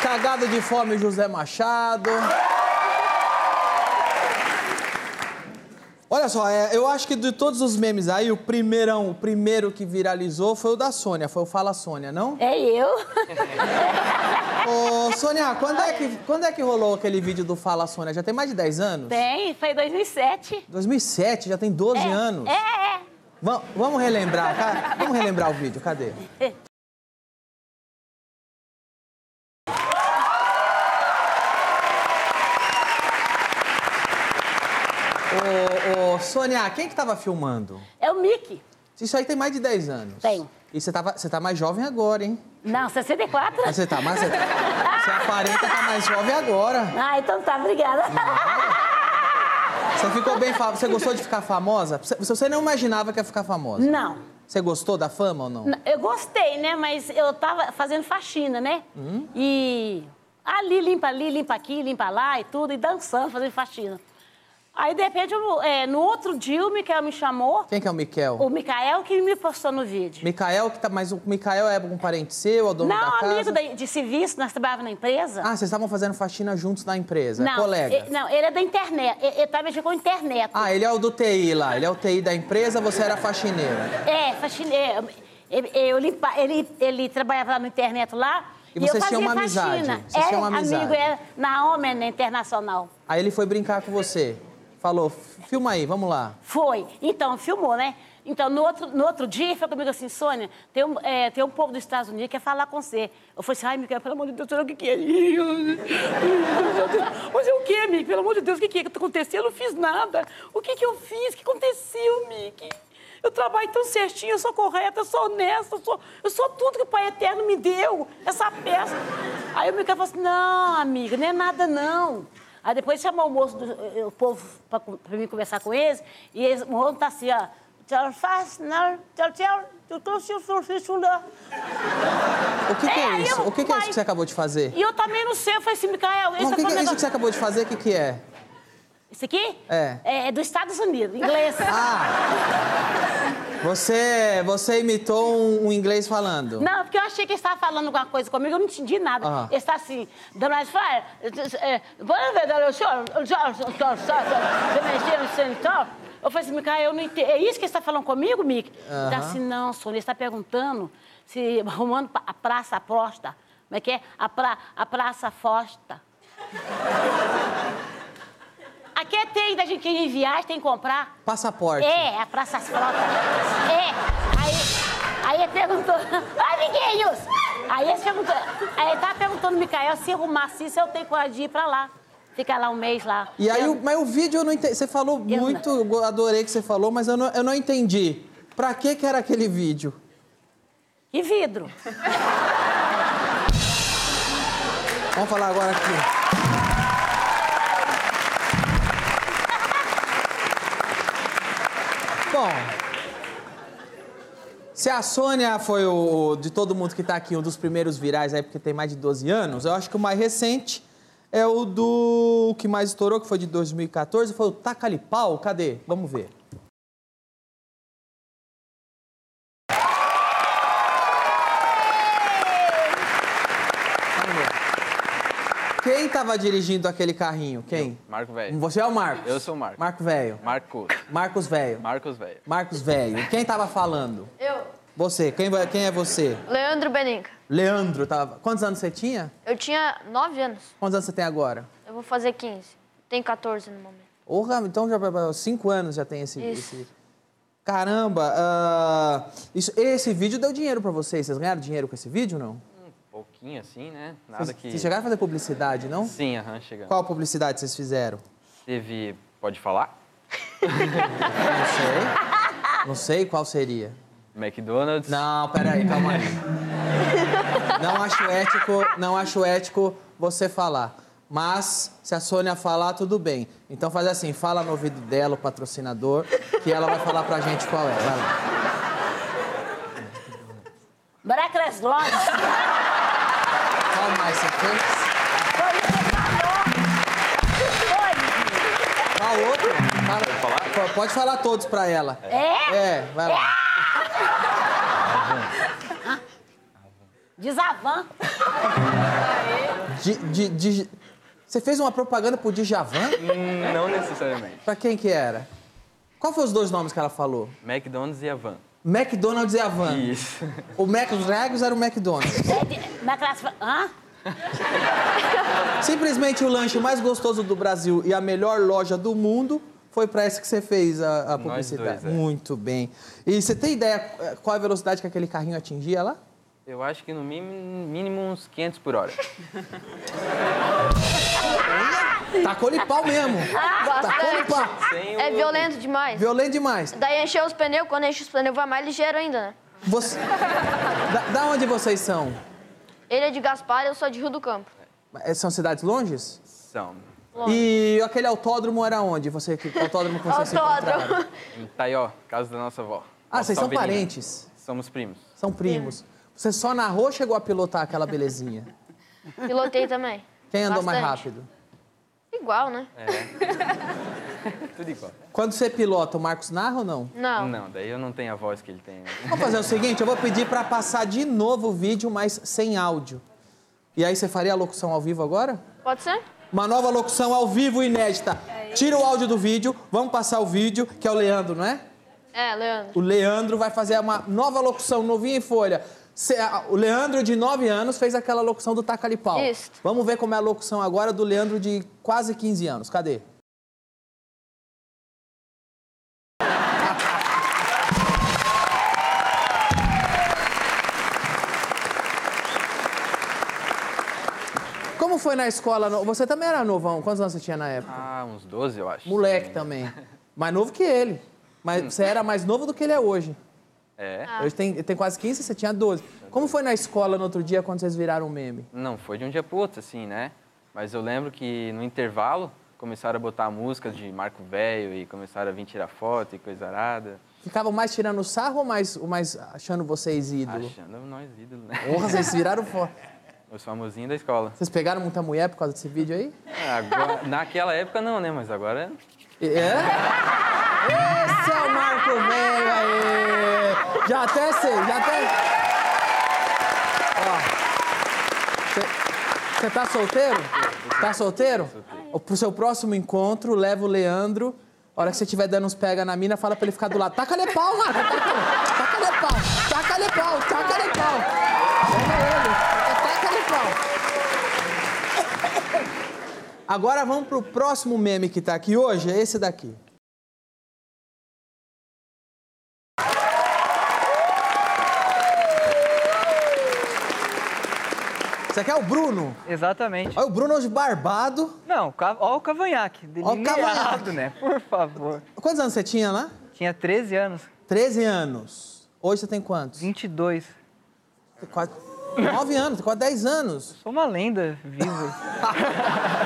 B: Cagada de fome, José Machado. Olha só, é, eu acho que de todos os memes aí, o primeirão, o primeiro que viralizou foi o da Sônia, foi o Fala Sônia, não?
F: É eu?
B: <laughs> Ô, Sônia, quando é, que, quando é que rolou aquele vídeo do Fala Sônia? Já tem mais de 10 anos?
F: Tem, foi em 2007.
B: 2007, já tem 12
F: é,
B: anos.
F: É, é.
B: Va- vamos relembrar, cara? Vamos relembrar o vídeo, cadê?
F: é.
B: Ô, ô, Sônia, quem que tava filmando?
F: É o Mickey.
B: Isso aí tem mais de 10 anos.
F: Tem.
B: E você, tava, você tá mais jovem agora, hein?
F: Não, 64.
B: Mas Você tá mais... Você você aparenta tá mais jovem agora.
F: Ah, então tá, obrigada.
B: Você ficou bem... fa- Você gostou de ficar famosa? Você- Você não imaginava que ia ficar famosa.
F: Não.
B: Você gostou da fama ou não?
F: N- Eu gostei, né? Mas eu tava fazendo faxina, né?
B: Hum?
F: E ali limpa ali, limpa aqui, limpa lá e tudo, e dançando, fazendo faxina. Aí, de repente, eu- é, no outro dia, o Micael me chamou,
B: Quem que é o Miquel?
F: o Micael que me postou no vídeo.
B: Micael, que tá, mas o Micael é algum parente seu, é o dono da
F: Não,
B: casa?
F: amigo da- de serviço, nós trabalhávamos na empresa.
B: Ah, vocês estavam fazendo faxina juntos na empresa, é
F: não,
B: colega.
F: e- não, ele é da internet. Ele, ele tá mexendo com internet.
B: Ah, ele é o do TI lá, ele é o TI da empresa, você era faxineira.
F: É, faxineiro. Eu, eu limpa- ele, ele trabalhava lá no internet lá.
B: E vocês
F: eu fazia
B: tinham uma amizade,
F: faxina.
B: vocês
F: é,
B: tinham uma amizade.
F: amigo, é Naomi na Internacional.
B: Aí ele foi brincar com você. Falou, filma aí, vamos lá.
F: Foi. Então, filmou, né? Então, no outro, no outro dia, ele falou comigo assim, Sônia, tem um, é, tem um povo dos Estados Unidos que quer falar com você. Eu falei assim, ai, Miguel, pelo amor de Deus, o que que é? <laughs> Mas é o quê, Mick? Pelo amor de Deus, o que que é que tá acontecendo? Eu não fiz nada. O que que eu fiz? O que aconteceu, Mick? Eu trabalho tão certinho, eu sou correta, eu sou honesta, eu sou, eu sou tudo que o Pai Eterno me deu, essa peça. Aí o Miguel falou assim, não, amiga, não é nada, não. Aí depois chamou o moço, do, eh, o povo, pra, con- pra mim conversar com eles, e eles, o homem tá assim, ó,
G: Tchau, faz, não, tchau, tchau, eu tô se surfissulando.
B: O que, que
F: É,
B: é
F: aí
B: isso?
F: eu-
B: O que, que é isso
F: vai.
B: que você acabou de fazer?
F: E eu também não sei, eu falei assim, Micael, esse
B: Não, o que, que
F: aqui
B: é isso que você
F: negócio...
B: acabou de fazer? O que, que é?
F: Esse aqui?
B: É.
F: É, é dos Estados Unidos, inglês.
B: Ah! Você, você imitou um, um inglês falando.
F: Não, porque eu achei que ele estava falando alguma coisa comigo, eu não entendi nada.
B: Ah.
F: Ele está assim, dona Flávia, É, vamos ver, dona Senhor, eu falei assim, Micael, eu não entendo. É isso que ele está falando comigo, Mick? Ele tá assim, não, Sônia, ele está perguntando se arrumando pa- a praça a próstata. Como é que é? A, pra, a praça fosta. <laughs> Aqui é tem da gente que ir em viagem, tem que comprar.
B: Passaporte.
F: É, a Praça Frota. É. Aí, aí ele perguntou, ai, amiguinhos! Aí ele perguntou, aí ele tava perguntando ao Micael se arrumasse isso, eu tenho coragem de ir pra lá. Ficar lá um mês lá.
B: E aí, o- mas o vídeo eu não entendi. Você falou
F: Eu
B: muito, eu adorei o que você falou, mas eu não, eu não entendi. Pra que que era aquele vídeo?
F: E vidro.
B: Vamos falar agora aqui. Bom, se a Sônia foi o, de todo mundo que tá aqui, um dos primeiros virais aí, porque tem mais de 12 anos, eu acho que o mais recente é o do o que mais estourou, que foi de 2014, foi o Tacalipau. Cadê? Vamos ver. Vamos ver. Quem tava dirigindo aquele carrinho? Quem?
H: Marco Velho.
B: Você é o Marcos?
H: Eu sou o Marcos.
B: Marco Velho.
H: Marco.
B: Marcos Velho.
H: Marcos Velho.
B: Marcos Velho. Quem tava falando?
I: Eu,
B: Você. Quem, vai- quem é você?
I: Leandro Beninca.
B: Leandro tava. Quantos anos você tinha?
I: Eu tinha 9 anos.
B: Quantos anos você tem agora?
I: Eu vou fazer 15. Tenho 14 no momento.
B: Porra, então já vai- cinco anos já tem esse.
I: Isso.
B: esse- Caramba! ah, isso, esse vídeo deu dinheiro pra vocês. Vocês ganharam dinheiro com esse vídeo não?
H: Pouquinho assim, né? Nada
B: Vocês,
H: que.
B: vocês chegaram a fazer publicidade, não?
H: Sim, aham, chegando.
B: Qual publicidade vocês fizeram?
H: Teve. Pode falar?
B: Não sei. Não sei qual seria.
H: McDonald's.
B: Não, peraí, calma aí. Não acho ético, não acho ético você falar. Mas se a Sônia falar, tudo bem. Então faz assim, fala no ouvido dela, o patrocinador, que ela vai falar pra gente qual é. Vai lá.
F: Bracras Lodge.
B: Qual mais você fez? Qual outro? Fala- Po- Pode falar todos pra ela.
F: É?
B: É, vai lá.
F: Desavan.
B: Di- di- di- Você fez uma propaganda pro Djavan?
H: Hum, Não necessariamente.
B: Pra quem que era? Qual foi os dois nomes que ela falou?
H: McDonald's e a van.
B: McDonald's e Avan.
H: Isso.
B: O Mac, os Dragos era o McDonald's.
F: É de- Bracras... Hã?
B: Simplesmente o lanche mais gostoso do Brasil e a melhor loja do mundo foi pra essa que você fez a, a publicidade.
H: dois, é.
B: Muito bem. E você tem ideia eh, qual a velocidade que aquele carrinho atingia lá?
H: Eu acho que no mínimo, mínimo uns 500 por hora.
B: Tacou-lhe pau mesmo. Tacou-lhe
I: Bastante.
B: pau.
I: É violento demais.
B: Violento demais.
I: Daí encheu os pneus, quando enche os pneus vai mais ligeiro ainda, né?
B: Você... Da, da onde vocês são?
I: Ele é de Gaspar, eu sou de Rio do Campo.
B: Eh, São cidades longes?
H: São.
B: E aquele autódromo era onde? Você, que autódromo que vocês se
I: Autódromo.
B: encontraram?
H: Em Taió, casa da nossa avó.
B: Ah,
H: Nossa
B: vocês são
H: avenida.
B: parentes.
H: Somos primos.
I: <laughs>
B: São primos. Você só narrou ou chegou a pilotar aquela belezinha?
I: Pilotei também.
B: <laughs> Quem andou mais
I: Bastante.
B: rápido? É.
I: Igual, né?
H: Tudo igual.
B: Quando você pilota, o Marcos narra ou não?
I: Não.
H: Não, daí eu não tenho a voz que ele tem. né?
B: Vamos fazer o seguinte, eu vou pedir pra passar de novo o vídeo, mas sem áudio. E aí você faria a locução ao vivo agora?
I: Pode ser?
B: Uma nova locução ao vivo inédita. Tira o áudio do vídeo, vamos passar o vídeo, que é o Leandro, não é?
I: É, Leandro.
B: O Leandro vai fazer uma nova locução, novinha em folha. Cê- a- O Leandro, de 9 anos, fez aquela locução do Tacalipau.
I: Isso.
B: Vamos ver como é a locução agora do Leandro, de quase 15 anos. Cadê? Como foi na escola? no- Você também era novão. Quantos anos você tinha na época?
H: Ah, uns 12, eu acho.
B: Moleque também. Mais novo que ele. Mas você era mais novo do que ele é hoje.
H: <laughs> É.
B: Hoje tem, ele tem quase 15, você tinha 12. Como foi na escola no outro dia quando vocês viraram um meme?
H: Não, foi de um dia pro outro, assim, né? Mas eu lembro que no intervalo começaram a botar músicas de Marco Velho e começaram a vir tirar foto e coisa arada.
B: Ficavam mais tirando sarro ou mais, ou mais achando vocês ídolo?
H: Achando nós ídolos, né?
B: Porra, vocês viraram fora.
H: Os famosinhos da escola.
B: Vocês pegaram muita mulher por causa desse vídeo aí?
H: É, agora- naquela época não, né? Mas agora
B: É? Esse é o Marco Velho aí! Já até sei, já até. Ó. Você tá solteiro? Tá solteiro? Ó, Pro seu próximo encontro, leva o Leandro. A hora que você estiver dando uns pega na mina, fala pra ele ficar do lado. Taca-lhe pau, tá Marco! Taca-lhe pau! Taca-lhe pau! Taca-lhe pau! Pega ele! Taca-lhe pau! Tá Agora vamos pro próximo meme que tá aqui hoje, é esse daqui. Esse aqui é o Bruno.
J: Exatamente.
B: Olha o Bruno hoje barbado.
J: Não, ca- ó o cavanhaque.
B: Ó o cavanhaque.
J: delineado, né? Por favor.
B: Quantos anos você tinha lá?
J: Tinha 13 anos.
B: 13 anos. Hoje você tem quantos?
J: 22.
B: Tem Quase 9 anos, tem quase 10 anos.
J: Sou uma lenda viva.
B: <laughs>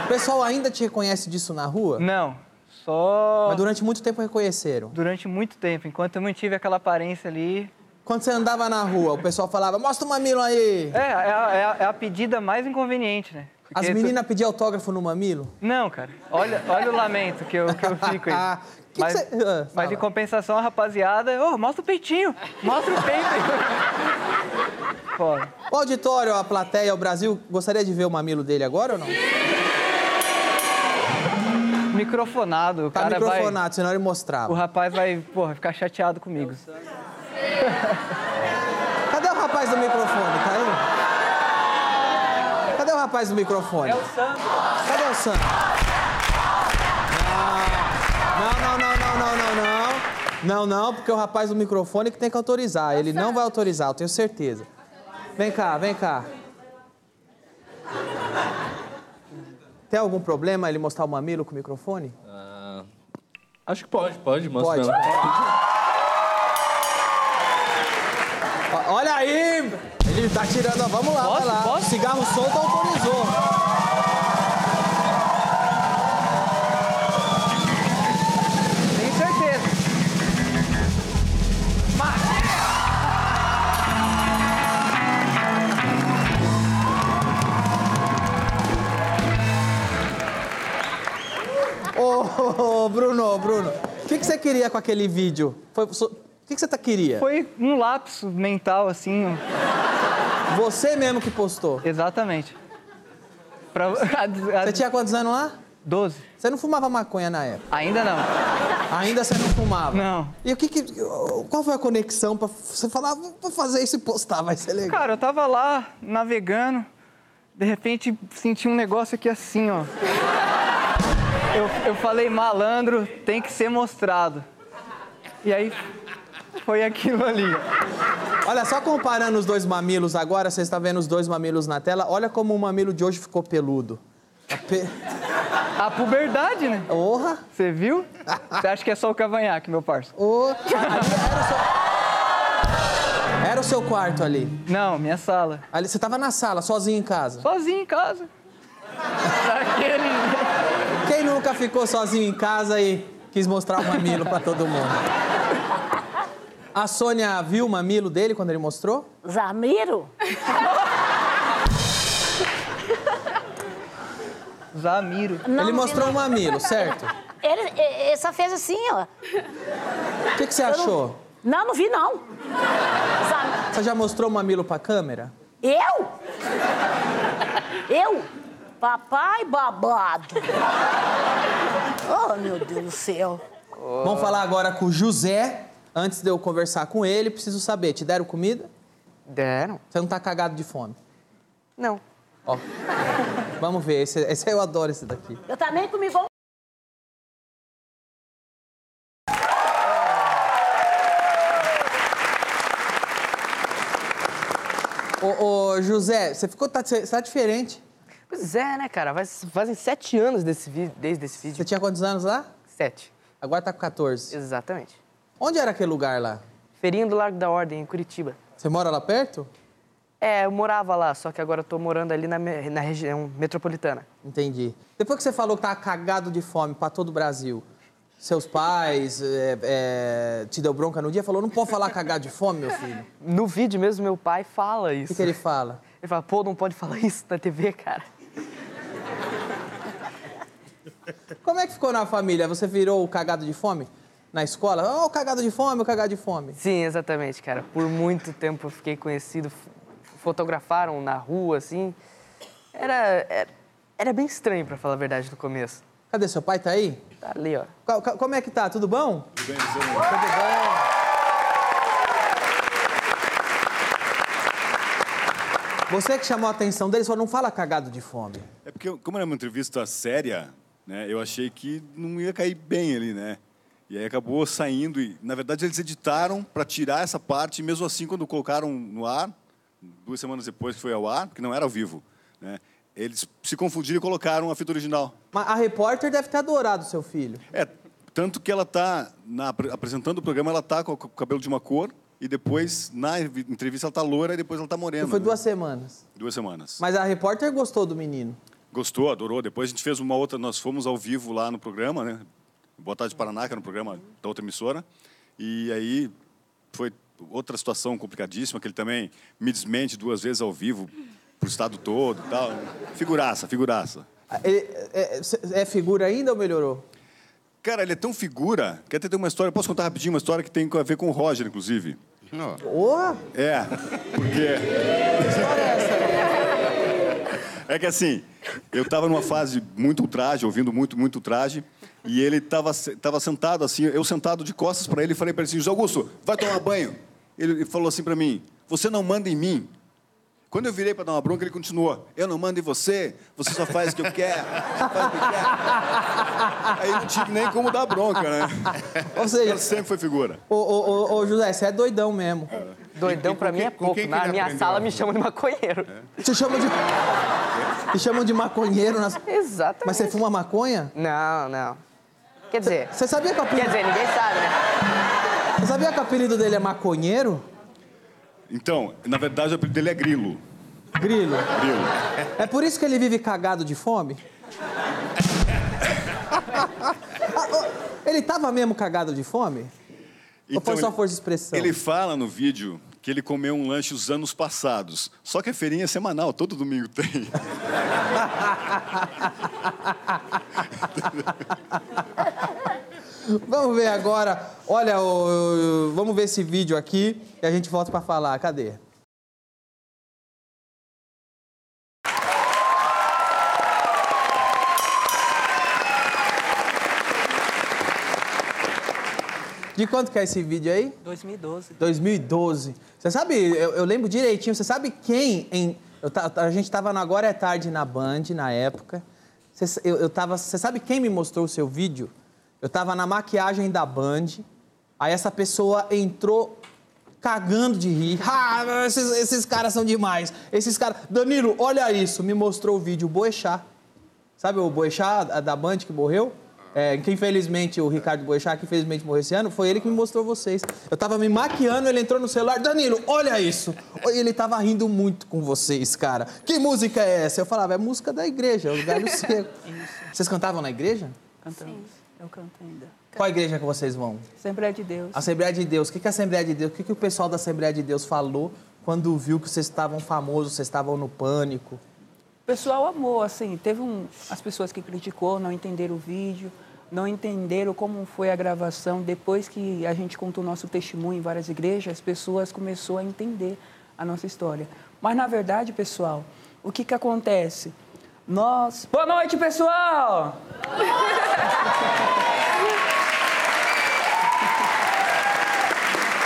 B: O pessoal ainda te reconhece disso na rua?
J: Não, só...
B: Mas durante muito tempo reconheceram.
J: Durante muito tempo, enquanto eu mantive aquela aparência ali...
B: Quando você andava na rua, o pessoal falava, mostra o mamilo aí.
J: É, é, a- é a- é a pedida mais inconveniente, né? Porque
B: As
J: tu-
B: meninas pediam autógrafo no mamilo?
J: Não, cara. Olha, olha o lamento que eu, que eu fico
B: <laughs>
J: aí.
B: Ah, Que
J: mas,
B: que cê- Ah,
J: mas em compensação, a rapaziada... Ô, mostra o peitinho! Mostra o peito! <laughs> Foda.
B: O auditório, a plateia, o Brasil, gostaria de ver o mamilo dele agora ou não?
J: Microfonado, o
B: Tá
J: cara vai...
B: microfonado, senão ele
J: O
B: mostrava.
J: rapaz vai, porra, ficar chateado comigo.
B: Cadê o rapaz do microfone? Tá aí? Cadê o rapaz do microfone?
J: É
B: Cadê o Sam? Ah, Não, não, não, não, não, não, não. Não, não, porque o rapaz do microfone é que tem que autorizar. Ele não vai autorizar, eu tenho certeza. Vem cá, vem cá. Tem algum problema ele mostrar o mamilo com o microfone?
K: Acho que pode, pode, mano.
B: Pode. Ó, Olha aí! Ele tá tirando. ó, Vamos lá, vai lá. O Cigarro solto autorizou.
J: Tenho certeza.
B: Ô, ô, ô, Bruno, Bruno. O que, que você queria com aquele vídeo? Foi so- O que, que você tá queria?
J: Foi um lapso mental, assim.
B: Você mesmo que postou?
J: Exatamente. Pra... <laughs>
B: Você tinha quantos anos lá?
J: Doze.
B: Você não fumava maconha na época?
J: Ainda não.
B: Ainda você não fumava?
J: Não.
B: E o que que... Qual foi a conexão pra você falar, "Vou- vou fazer isso e postar, vai ser legal?
J: Cara, eu tava lá navegando, de repente senti um negócio aqui assim, ó. Eu, eu falei, malandro, tem que ser mostrado. E aí foi aquilo ali.
B: Olha, só comparando os dois mamilos agora, vocês estão vendo os dois mamilos na tela, olha como o mamilo de hoje ficou peludo. A pe-
J: A puberdade, né?
B: Porra!
J: Você viu? Você acha que é só o cavanhaque, meu parça?
B: Ô, ali Era o seu quarto ali?
J: Não, minha sala.
B: Ali, você tava na sala, sozinho em casa?
J: Sozinho em
B: <laughs>
J: casa. Daquele.
B: Quem nunca ficou sozinho em casa e quis mostrar o mamilo pra todo mundo? A Sônia viu o mamilo dele quando ele mostrou?
G: Zamiro?
J: Zamiro.
G: Não,
B: ele mostrou o
G: não.
B: mamilo, certo?
G: Ele, e- ele só fez assim, ó.
B: O que, que você achou?
G: Não, não vi, não. Zam-
B: Você já mostrou o mamilo pra câmera?
G: Eu? Eu? Papai babado. Oh, meu Deus do céu.
B: Vamos falar agora com o José. Antes de eu conversar com ele, preciso saber, te deram comida?
L: Deram?
B: Você não tá cagado de fome?
L: Não.
B: Ó, vamos ver, esse, esse eu adoro esse daqui.
G: Eu
M: tá
G: também comi igual um
B: Ô, ô, José, você ficou tá, você tá diferente.
L: Pois é, né, cara? Faz- fazem sete anos desse vídeo, desde esse vídeo.
B: Você tinha quantos anos lá?
L: Sete.
B: Agora tá com 14.
L: Exatamente.
B: Onde era aquele lugar lá?
L: Feirinha do Largo da Ordem, em Curitiba.
B: Você mora lá perto?
L: É, eu morava lá, só que agora eu tô morando ali na, me- na região metropolitana.
B: Entendi. Depois que você falou que tava cagado de fome pra todo o Brasil, Seus pais é, é, te deu bronca no dia falou, não pode falar cagar de fome, meu filho.
L: No vídeo mesmo, meu pai fala isso.
B: O que, que ele fala?
L: Ele fala, pô, não pode falar isso na TV, cara.
B: Como é que ficou na família? Você virou o cagado de fome? Na escola? Ô, cagado de fome, o cagado de fome.
L: Sim, exatamente, cara. Por muito tempo eu fiquei conhecido. F- Fotografaram na rua, assim. Era, era, era bem estranho, pra falar a verdade, no começo.
B: Cadê seu pai? Tá aí?
L: Tá ali, ó.
B: Co- co- Como é que tá? Tudo bom?
L: Tudo
B: bem, Você que chamou a atenção deles falou, não fala cagado de fome.
N: É porque, como era uma entrevista séria, né, eu achei que não ia cair bem ali, né? E aí acabou saindo e, na verdade, eles editaram para tirar essa parte, e mesmo assim, quando colocaram no ar, duas semanas depois que foi ao ar, porque não era ao vivo, né? Eles se confundiram e colocaram a fita original.
B: Mas a repórter deve ter adorado seu filho.
N: É, tanto que ela tá na- apre- apresentando o programa, ela tá com o cabelo de uma cor e depois na evi- entrevista ela tá loira e depois ela tá morena.
B: E foi
N: né?
B: duas semanas.
N: duas semanas.
B: Mas a repórter gostou do menino.
N: Gostou, adorou. Depois a gente fez uma outra, nós fomos ao vivo lá no programa, né? Boa tarde Paraná, que era um programa da outra emissora. E aí foi outra situação complicadíssima, que ele também me desmente duas vezes ao vivo pro estado todo e tal. Figuraça, figuraça.
B: Ah, ele- é, é- é figura ainda ou melhorou?
N: Cara, ele é tão figura que até tem uma história, posso contar rapidinho uma história que tem a ver com o Roger, inclusive.
B: Porra!
N: É, porque. É que assim, eu tava numa fase muito ultraje, ouvindo muito, muito ultraje, e ele tava, se- tava sentado assim, eu sentado de costas para ele, e falei para ele assim: José Augusto, vai tomar banho. Ele ele falou assim para mim: Você não manda em mim. Quando eu virei para dar uma bronca, ele continuou: Eu não mando em você, você só faz o que eu quero. você faz o que eu quero." Aí eu não tive nem como dar bronca, né?
B: Ah, Ou seja,
N: ele sempre foi figura.
B: Ô, ô, ô, ô, José, você é doidão mesmo.
L: Doidão pra mim é pouco.
B: quem que
L: Na
B: ele
L: minha
B: aprendeu? É?
L: sala me chamam de maconheiro.
B: Te chamam de. Te chamam de maconheiro. Nas...
L: Exatamente.
B: Mas você fuma maconha?
L: Não, não. Quer dizer...
B: Você sabia que o apelido...
L: Quer dizer, ninguém sabe, né?
B: Você sabia que o apelido dele é maconheiro?
N: Então, na verdade, o apelido dele é Grilo.
B: Grilo?
N: Grilo.
B: É por isso que ele vive cagado de <laughs> fome? Ah, ô, ele tava mesmo cagado de fome? Ou foi
N: Então,
B: só
N: ele-
B: força de expressão?
N: Ele fala no vídeo que ele comeu um lanche os anos passados. Só que a feirinha é semanal, todo domingo tem.
B: Vamos ver agora. Olha, ô, ô, vamos ver esse vídeo aqui e a gente volta pra falar. Cadê? De quanto que é esse vídeo aí?
L: 2012.
B: 2012. Você sabe, eu, eu lembro direitinho, você sabe quem em. eu ta- a gente tava no Agora é Tarde na Band, na época. Você, sa- eu, eu tava, você sabe quem me mostrou o seu vídeo? Eu tava na maquiagem da Band, aí essa pessoa entrou cagando de rir. <laughs> Ah, esses, esses caras são demais. Esses caras. Danilo, olha isso. Me mostrou o vídeo, o Boechat. Sabe o Boechat a- da Band que morreu? É, que infelizmente o Ricardo Boechat, que infelizmente morreu esse ano, foi ele que me mostrou vocês. Eu tava me maquiando, ele entrou no celular, Danilo, olha isso! E Ele tava rindo muito com vocês, cara. Que música é essa? Eu falava, é música da igreja, o galho seco. Vocês cantavam na igreja?
O: Cantamos. Eu canto ainda.
B: Qual igreja que vocês vão?
O: Assembleia de Deus.
B: Assembleia de Deus. O que, que a Assembleia de Deus, o que, que o pessoal da Assembleia de Deus falou quando viu que vocês estavam famosos, vocês estavam no pânico?
O: O pessoal amou, assim, teve um, as pessoas que criticou, não entenderam o vídeo, não entenderam como foi a gravação. Depois que a gente contou o nosso testemunho em várias igrejas, as pessoas começaram a entender a nossa história. Mas, na verdade, pessoal, o que que acontece? Nós... Boa noite, pessoal!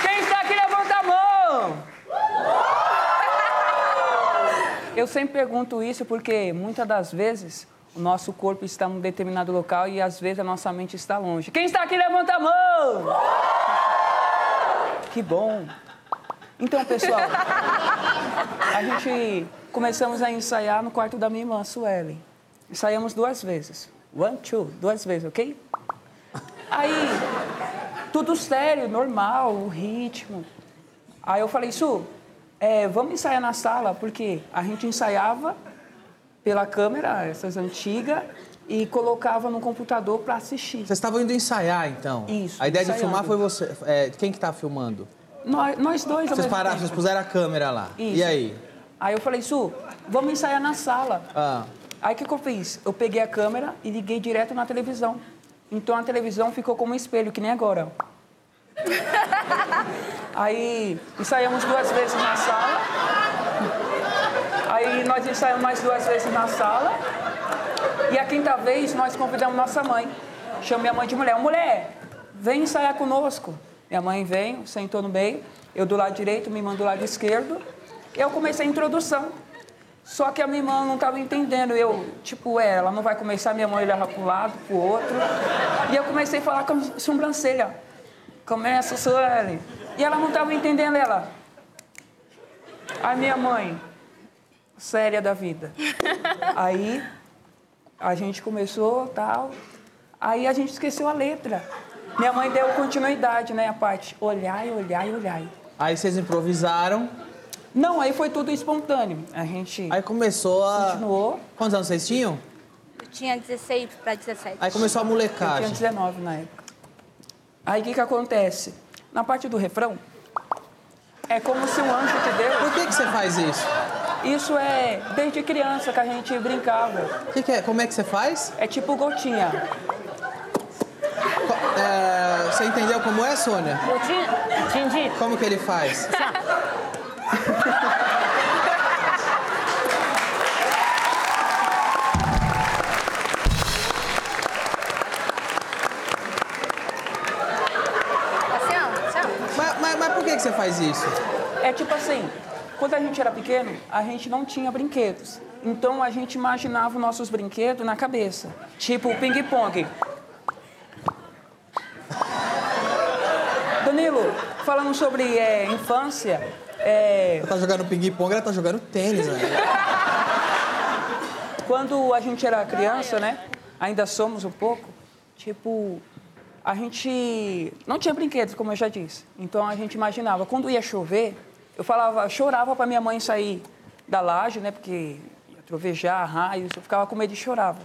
O: Quem está aqui, levanta a mão! Eu sempre pergunto isso porque muitas das vezes o nosso corpo está num determinado local e às vezes a nossa mente está longe. Quem está aqui, levanta a mão! Que bom! Então, pessoal, a gente começamos a ensaiar no quarto da minha irmã, Suelen. Ensaiamos duas vezes. One, two, duas vezes, ok? Aí, tudo sério, normal, o ritmo. Aí eu falei, Su, é, vamos ensaiar na sala, porque a gente ensaiava pela câmera, essas antigas, e colocava no computador para assistir.
B: Vocês estavam indo ensaiar, então?
O: Isso,
B: A ideia de
O: ensaiando.
B: filmar foi você. é, quem que tava filmando?
O: Nós, nós dois ao
B: Vocês
O: mesmo
B: pararam,
O: tempo.
B: vocês puseram a câmera lá.
O: Isso.
B: E aí?
O: Aí eu falei, Su, vamos ensaiar na sala.
B: Ah,
O: Aí o que, que eu fiz? Eu peguei a câmera e liguei direto na televisão. Então a televisão ficou como um espelho, que nem agora. Aí ensaiamos duas vezes na sala. Aí nós ensaiamos mais duas vezes na sala. E a quinta vez nós convidamos nossa mãe. Chamei a mãe de mulher. Mulher, vem ensaiar conosco. Minha mãe veio, sentou no meio. Eu do lado direito, minha irmã do lado esquerdo. Eu comecei a introdução. Só que a minha irmã não estava entendendo. Eu, tipo, é, ela não vai começar, minha mãe olhava para um lado, para o outro. E eu comecei a falar com a sobrancelha. Começa, Sueli. E ela não estava entendendo, ela. A minha mãe, séria da vida. Aí a gente começou, tal. Aí a gente esqueceu a letra. Minha mãe deu continuidade, né, a parte. Olhai, olhai, olhai.
B: aí vocês improvisaram.
O: Não, aí foi tudo espontâneo. A gente.
B: Aí começou a.
O: Continuou.
B: Quantos anos vocês tinham?
P: Eu tinha 16 pra 17.
B: Aí começou a molecagem.
O: Eu tinha 19 na época. Aí o que, que acontece? Na parte do refrão, é como se um anjo te deu.
B: Por que, que você faz isso?
O: Isso é desde criança que a gente brincava.
B: O que, que é? Como é que você faz?
O: É tipo gotinha.
B: É, você entendeu como é, Sônia? Entendi. Como que ele faz?
P: Assim, ó, assim, ó.
B: mas, mas- mas por que, que você faz isso?
O: É tipo assim, quando a gente era pequeno, a gente não tinha brinquedos. Então a gente imaginava os nossos brinquedos na cabeça. Tipo o
P: <laughs>
O: ping-pong. Danilo, falando sobre é, infância, é,
B: Ela tá jogando ping-pong, ela tá jogando tênis, velho.
O: Quando a gente era criança, né? Ainda somos um pouco. Tipo, a gente não tinha brinquedos, como eu já disse. Então a gente imaginava. Quando ia chover, eu falava, chorava para minha mãe sair da laje, né? Porque ia trovejar, raios. Eu ficava com medo e chorava.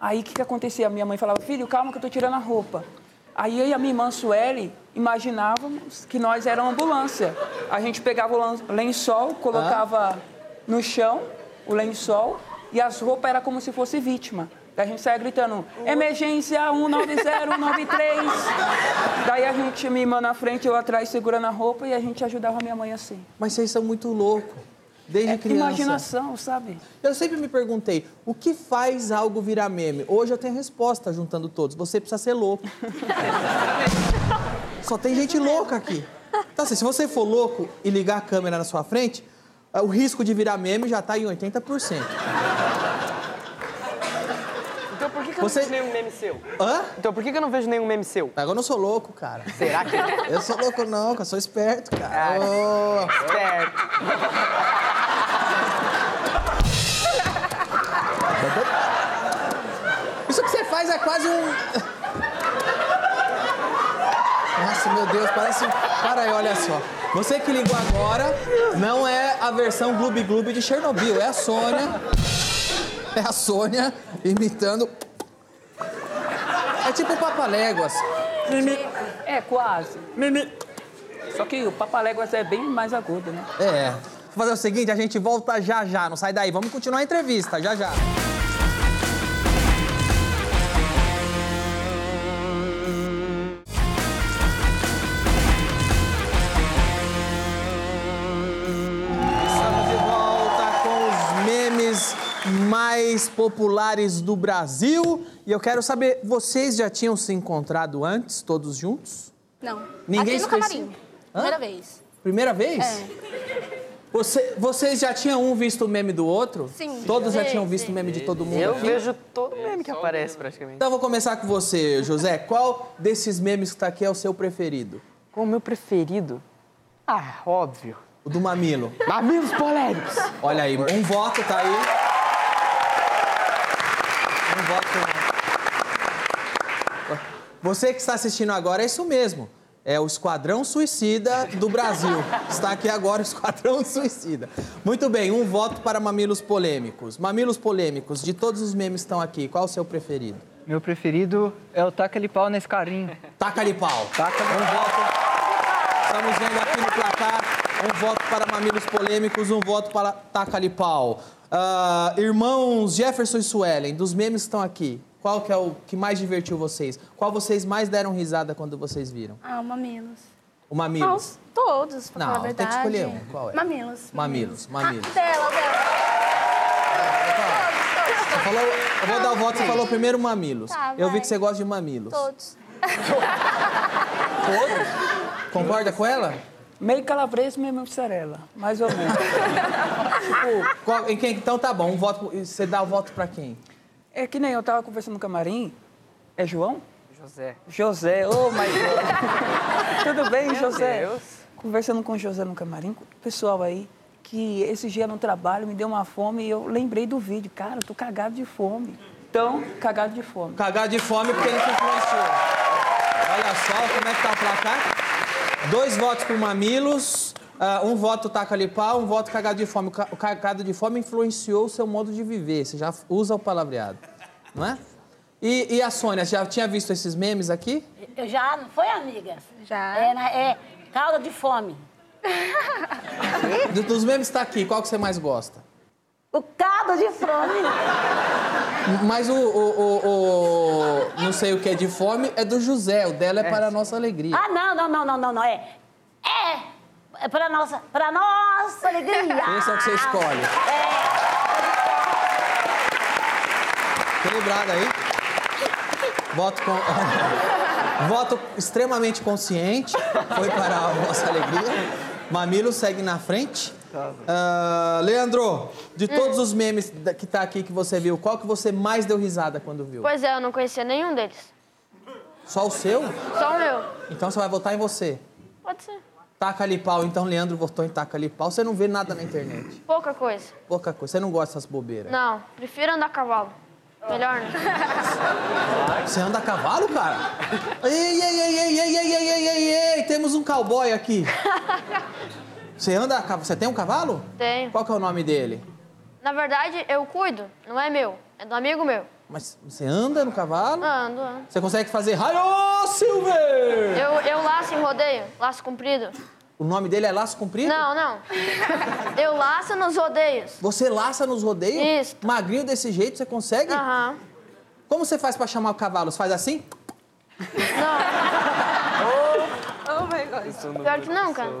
O: Aí o que, que acontecia? Minha mãe falava, filho, calma que eu tô tirando a roupa. Aí eu e a minha irmã Sueli imaginávamos que nós éramos ambulância. A gente pegava o lan- lençol, colocava no chão o lençol e as roupas era como se fosse vítima. Daí a gente saia gritando, emergência 190193. Daí a gente, minha irmã na frente, eu atrás segurando a roupa e a gente ajudava a minha mãe assim.
B: Mas vocês são muito loucos. Desde criança.
O: É Imaginação, sabe?
B: Eu sempre me perguntei, o que faz algo virar meme? Hoje eu tenho a resposta juntando todos. Você precisa ser louco. Só tem gente louca aqui. Então, assim, se você for louco e ligar a câmera na sua frente, eh, o risco de virar meme já tá em 80%.
L: Então por que, que
B: Você-
L: eu não vejo nenhum meme seu?
B: Hã?
L: Então por que, que eu não vejo nenhum meme seu?
B: Agora eu não sou louco, cara.
L: Será que Ah,
B: Eu sou louco não, que eu sou esperto, cara. Ô.
L: Esperto.
B: Isso que você faz é quase um... Nossa, meu Deus, parece... um- Para aí, olha só. Você que ligou agora não é a versão Gloob Gloob de Chernobyl, é a Sônia. É a Sônia imitando... É tipo o Papaléguas. Mimi.
O: É, quase.
B: Mimi.
O: Só que o papaléguas é bem mais agudo, né?
B: É. Vou fazer o seguinte, a gente volta já já, não sai daí. Vamos continuar a entrevista, já já. Estamos de volta com os memes mais populares do Brasil. E eu quero saber, vocês já tinham se encontrado antes, todos juntos?
P: Não.
B: Ninguém
P: Aqui no
B: esquece-
P: camarim. Primeira vez.
B: Primeira vez?
P: É.
B: Você- vocês já tinham um visto o meme do outro?
P: Sim.
B: Todos já
P: Sim,
B: tinham visto o
P: sim.
B: meme de todo mundo
L: Eu
B: aqui?
L: vejo todo meme que aparece praticamente.
B: Então eu vou começar com você, José. Qual desses memes que tá aqui é o seu preferido?
L: Qual o meu preferido? Ah, óbvio.
B: O do Mamilo.
L: Mamilos polêmicos.
B: Olha aí, um voto tá aí. Um voto. Você que está assistindo agora, é isso mesmo. É o Esquadrão Suicida do Brasil. Está aqui agora o Esquadrão Suicida. Muito bem, um voto para Mamilos Polêmicos. Mamilos Polêmicos, de todos os memes que estão aqui, qual o seu preferido?
J: Meu preferido é o taca-lhe pau nesse carrinho.
B: Taca-lhe pau. Um voto. Estamos vendo aqui no placar um voto para Mamilos Polêmicos, um voto para Taca-lhe pau. Ah, irmãos Jefferson e Suelen, dos memes que estão aqui, qual que é o que mais divertiu vocês? Qual vocês mais deram risada quando vocês viram?
P: Ah, o Mamilos.
B: O Mamilos.
P: Ah, os- todos, pra
B: Não,
P: falar
B: tem
P: a
B: que
P: verdade.
B: escolher um. Qual é?
P: Mamilos.
B: Mamilos, Mamilos.
P: Ah, dela, dela.
B: Você falou, eu vou dar o voto, você falou primeiro Mamilos.
P: Ah, Tá,
B: eu vi
P: vai.
B: que você gosta de Mamilos.
P: Todos. <laughs>
B: Concorda com ela?
O: Meio calabreso, meio mussarela. Mais ou menos.
B: <laughs> Qual- em quem- então tá bom, um voto, você dá o voto pra quem?
O: É que nem eu tava conversando no camarim. É João?
L: José.
O: José, ô, um. mas. Tudo bem,
L: Meu
O: José?
L: Deus.
O: Conversando com o José no camarim, com o pessoal aí, que esse dia no trabalho me deu uma fome e eu lembrei do vídeo. Cara, eu tô cagado de fome. Tão cagado de fome.
B: Cagado de fome porque ele te influenciou. Olha só como é que tá o placar. Dois votos pro Mamilos, ah, um voto taca-lhe pau, um voto cagado de fome. O ca- O cagado de fome influenciou o seu modo de viver, você já usa o palavreado, não é? E, e a Sônia, já tinha visto esses memes aqui?
M: Eu já, não foi, amiga? Já. É, na- é calda de fome.
B: Do- Dos memes que tá aqui, qual que você mais gosta?
M: O caldo de fome.
B: Mas o, o- o- o- não sei o que é de fome é do José, o dela é, para a nossa alegria.
M: Ah, não, não, não, não, não, não. É. É. É pra nossa, pra nossa alegria.
B: Esse é o que você escolhe. Equilibrado aí. Voto, com- <laughs> Voto extremamente consciente. Foi para a nossa alegria. Mamilo segue na frente. Ah, Leandro, de todos os memes da- que tá aqui que você viu, qual que você mais deu risada quando viu?
I: Pois é, eu não conhecia nenhum deles.
B: Só o seu?
I: Só o meu.
B: Então você vai votar em você.
I: Pode ser.
B: Taca-lhe pau. Então Leandro votou em taca-lhe pau. Você não vê nada na internet.
I: Pouca coisa.
B: Pouca coisa. Você não gosta dessas bobeiras.
I: Não, prefiro andar a cavalo. Melhor, né?
B: Você anda a cavalo, cara? <laughs> Ei, ei, ei, ei, ei, ei, ei, ei, ei, ei, temos um
I: <laughs>
B: cowboy aqui. Você anda a cavalo? Você tem um cavalo?
I: Tenho.
B: Qual que é o nome dele?
I: Na verdade, eu cuido, não é meu, é do amigo meu.
B: Mas você anda no cavalo?
I: Ando, ando.
B: Você consegue fazer Raio Silver?
I: Eu, eu laço em rodeio, laço comprido.
B: O nome dele é Laço Comprido?
I: Não, não. Eu laço nos rodeios.
B: Você laça nos rodeios?
I: Isso.
B: Magrinho desse jeito, você consegue?
I: Aham.
B: Como você faz pra chamar o cavalo? Você faz assim?
I: Oh my God. Pior que não, cara.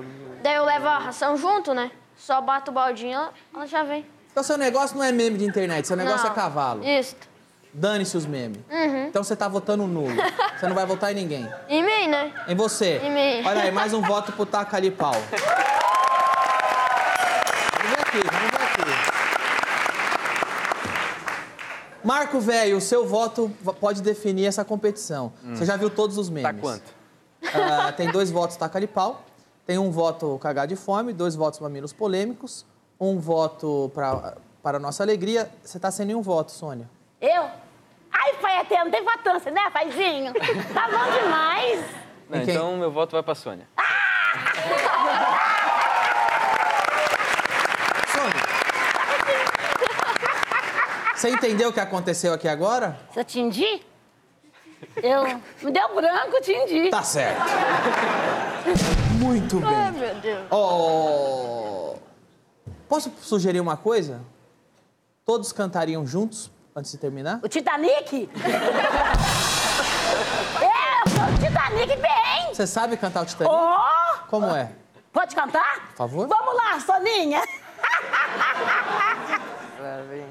I: Daí eu levo a ração junto, né? Só bato o baldinho, ela, ela já vem.
B: Então seu negócio não é meme de internet, seu negócio
I: Não.
B: é cavalo.
I: Isso.
B: Dane-se os memes.
I: Uhum.
B: Então você tá votando
I: <laughs>
B: nulo. Você não vai votar em ninguém.
I: Em mim, né?
B: Em você.
I: Em mim.
B: Olha aí, mais um voto pro Taca ali pau. Vamos ver aqui, vamos ver aqui. Marco Velho, o seu voto va- pode definir essa competição. Você já viu todos os memes. Hum. Tá quanto? tem dois votos Taca ali pau, tem um voto Cagar de Fome, dois votos Mamilos Polêmicos, um voto pra, para Nossa Alegria. Você tá sem nenhum voto, Sônia.
M: Eu? Ai, pai eterno, tem votância, né, paizinho? Tá bom demais.
H: Não, então meu voto vai pra Sônia.
B: Você entendeu o que aconteceu aqui agora?
M: Se eu tingi, eu... Me deu branco, tingi.
B: Tá certo. Muito bem.
I: Ai, meu Deus.
B: Oh. Posso sugerir uma coisa? Todos cantariam juntos antes de terminar?
M: O Titanic? Eu É, sou o Titanic bem.
B: Você sabe cantar o Titanic?
M: Oh!
B: Como é?
M: Pode cantar?
B: Por favor?
M: tá? Vamos lá,
B: <laughs>
M: Soninha.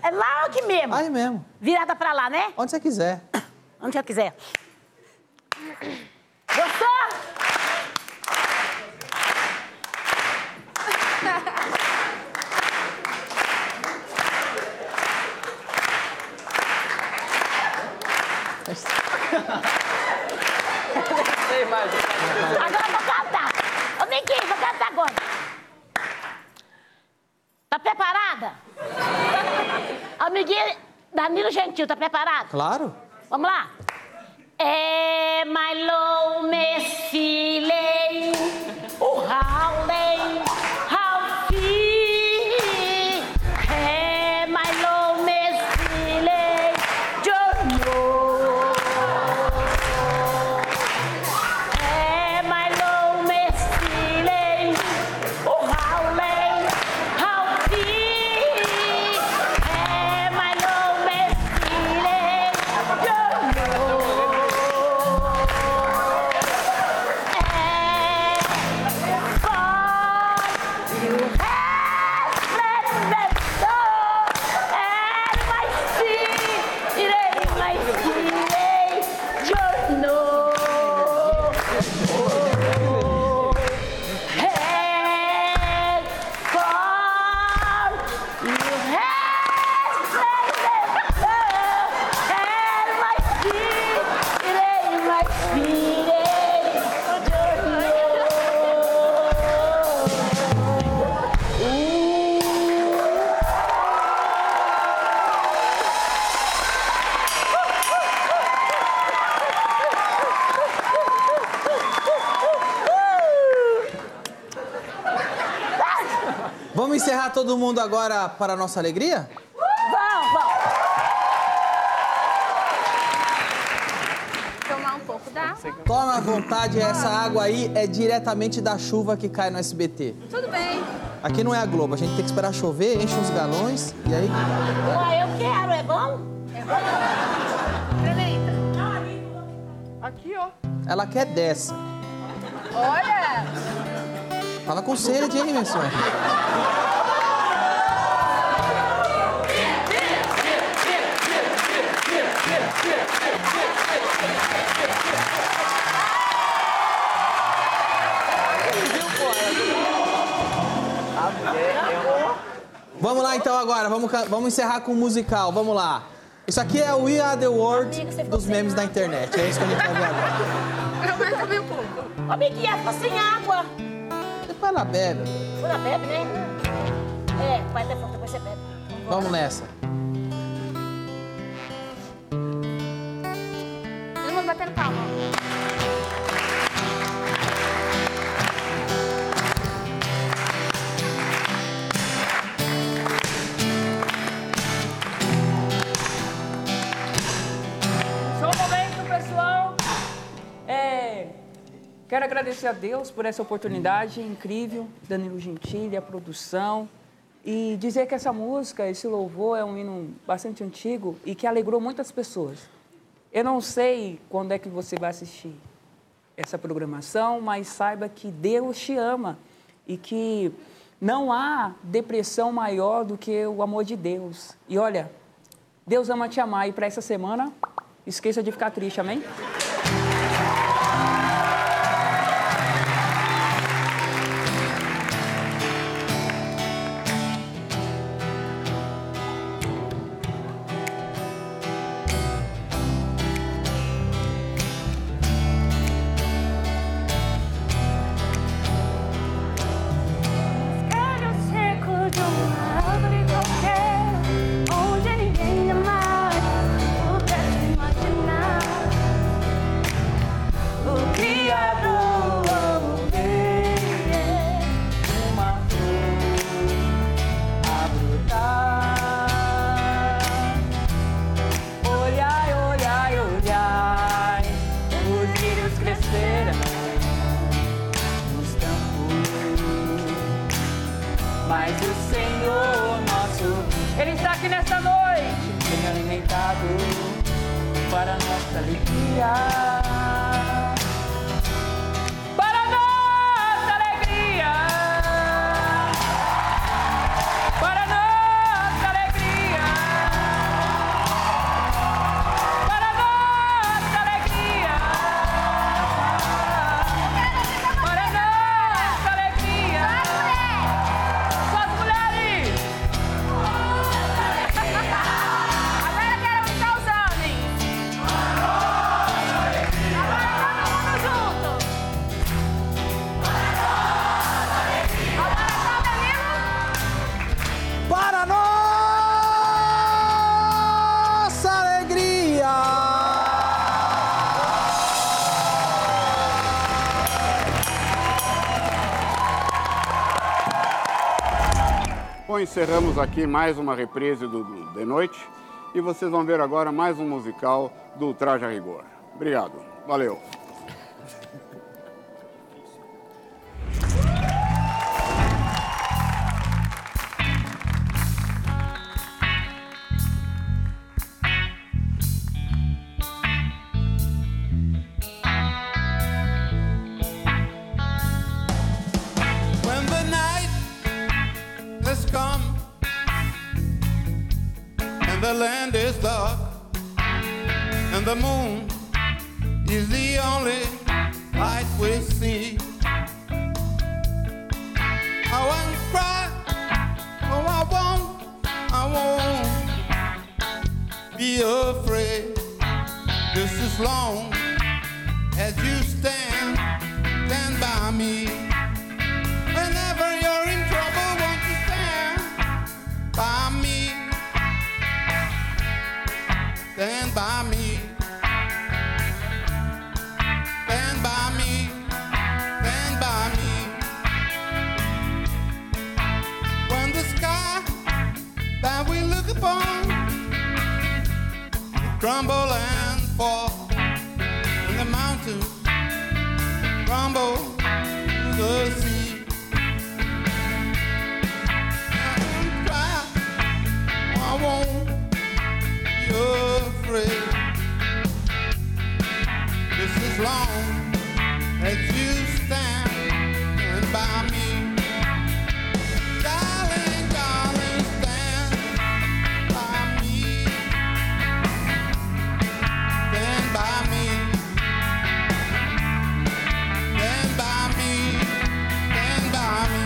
M: É lá aqui mesmo.
B: Aí mesmo.
M: Virada pra lá, né?
B: Onde você quiser.
M: Onde eu quiser. Gostou?
L: Sei mais.
M: Agora eu vou cantar. Ô, Niquinho, vou cantar agora. Tá preparada? Amiguinha Danilo Gentil, tá preparado?
B: Claro.
M: Vamos lá. É mais low, mes filé.
B: Vamos encerrar todo mundo agora para a nossa alegria?
M: Vamos, vamos.
P: Tomar um pouco da água.
B: Toma à vontade, essa água aí é diretamente da chuva que cai no SBT.
P: Tudo bem.
B: Aqui não é a Globo, a gente tem que esperar chover, enche uns galões e aí.
M: Ué, eu quero, é bom?
P: Aqui, ó.
B: Ela quer dessa.
P: Olha!
B: Fala com sede, hein, Emerson? Vamos lá então agora, vamos, ca- vamos encerrar com o musical, vamos lá. Isso aqui é o We Are the World dos memes da internet, é isso que a gente vai ver agora.
M: Eu quero comer um pouco. Ô, Miguel, tá sem água.
B: Depois ela bebe.
M: Fura bebe, né? É, vai até depois você bebe.
B: Vamos nessa.
P: Todo mundo batendo
M: Tá
P: palma.
O: Só um momento, pessoal. É, quero agradecer a Deus por essa oportunidade incrível, Danilo Gentili, a produção. E dizer que essa música, esse louvor, é um hino bastante antigo e que alegrou muitas pessoas. Eu não sei quando é que você vai assistir essa programação, mas saiba que Deus te ama e que não há depressão maior do que o amor de Deus. E olha, Deus ama te amar e para essa semana, esqueça de ficar triste, amém?
P: 그 Era o cerco de uma árvore qualquer, onde ninguém mais pudesse imaginar o Criador ver uma flor a brotar.
O: Olhai, olhai, olhai, os filhos crescerão nos campos. Mas o Senhor nosso, Ele está aqui nesta noite, tem alimentado para nossa alegria. Para nossa alegria. Para nossa alegria. Para nossa alegria. Para nossa alegria. Só as mulheres. Agora quero ficar os homens. Agora todo mundo junto.
B: Para nossa alegria!
A: Bom, encerramos aqui mais uma reprise do do De Noite e vocês vão ver agora mais um musical do Traje a Rigor. Obrigado, valeu.
E: When the night has come and the land is dark and the moon is the only light we see. I won't cry, oh I won't, I won't be afraid. Just as long as you stand, stand by me. Whenever you're in trouble, won't you stand by me? Stand by me. Stand by me. Stand by me. look upon crumble and fall, and the mountains crumble to the sea. I won't cry, I won't be afraid. Just as long as you stand by me. Darling, darling, stand by me. Stand by me. Stand by me. Stand by me.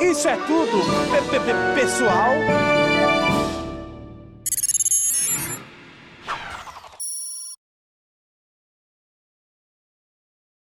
Q: Isso é tudo, pe- pe- pe- pessoal.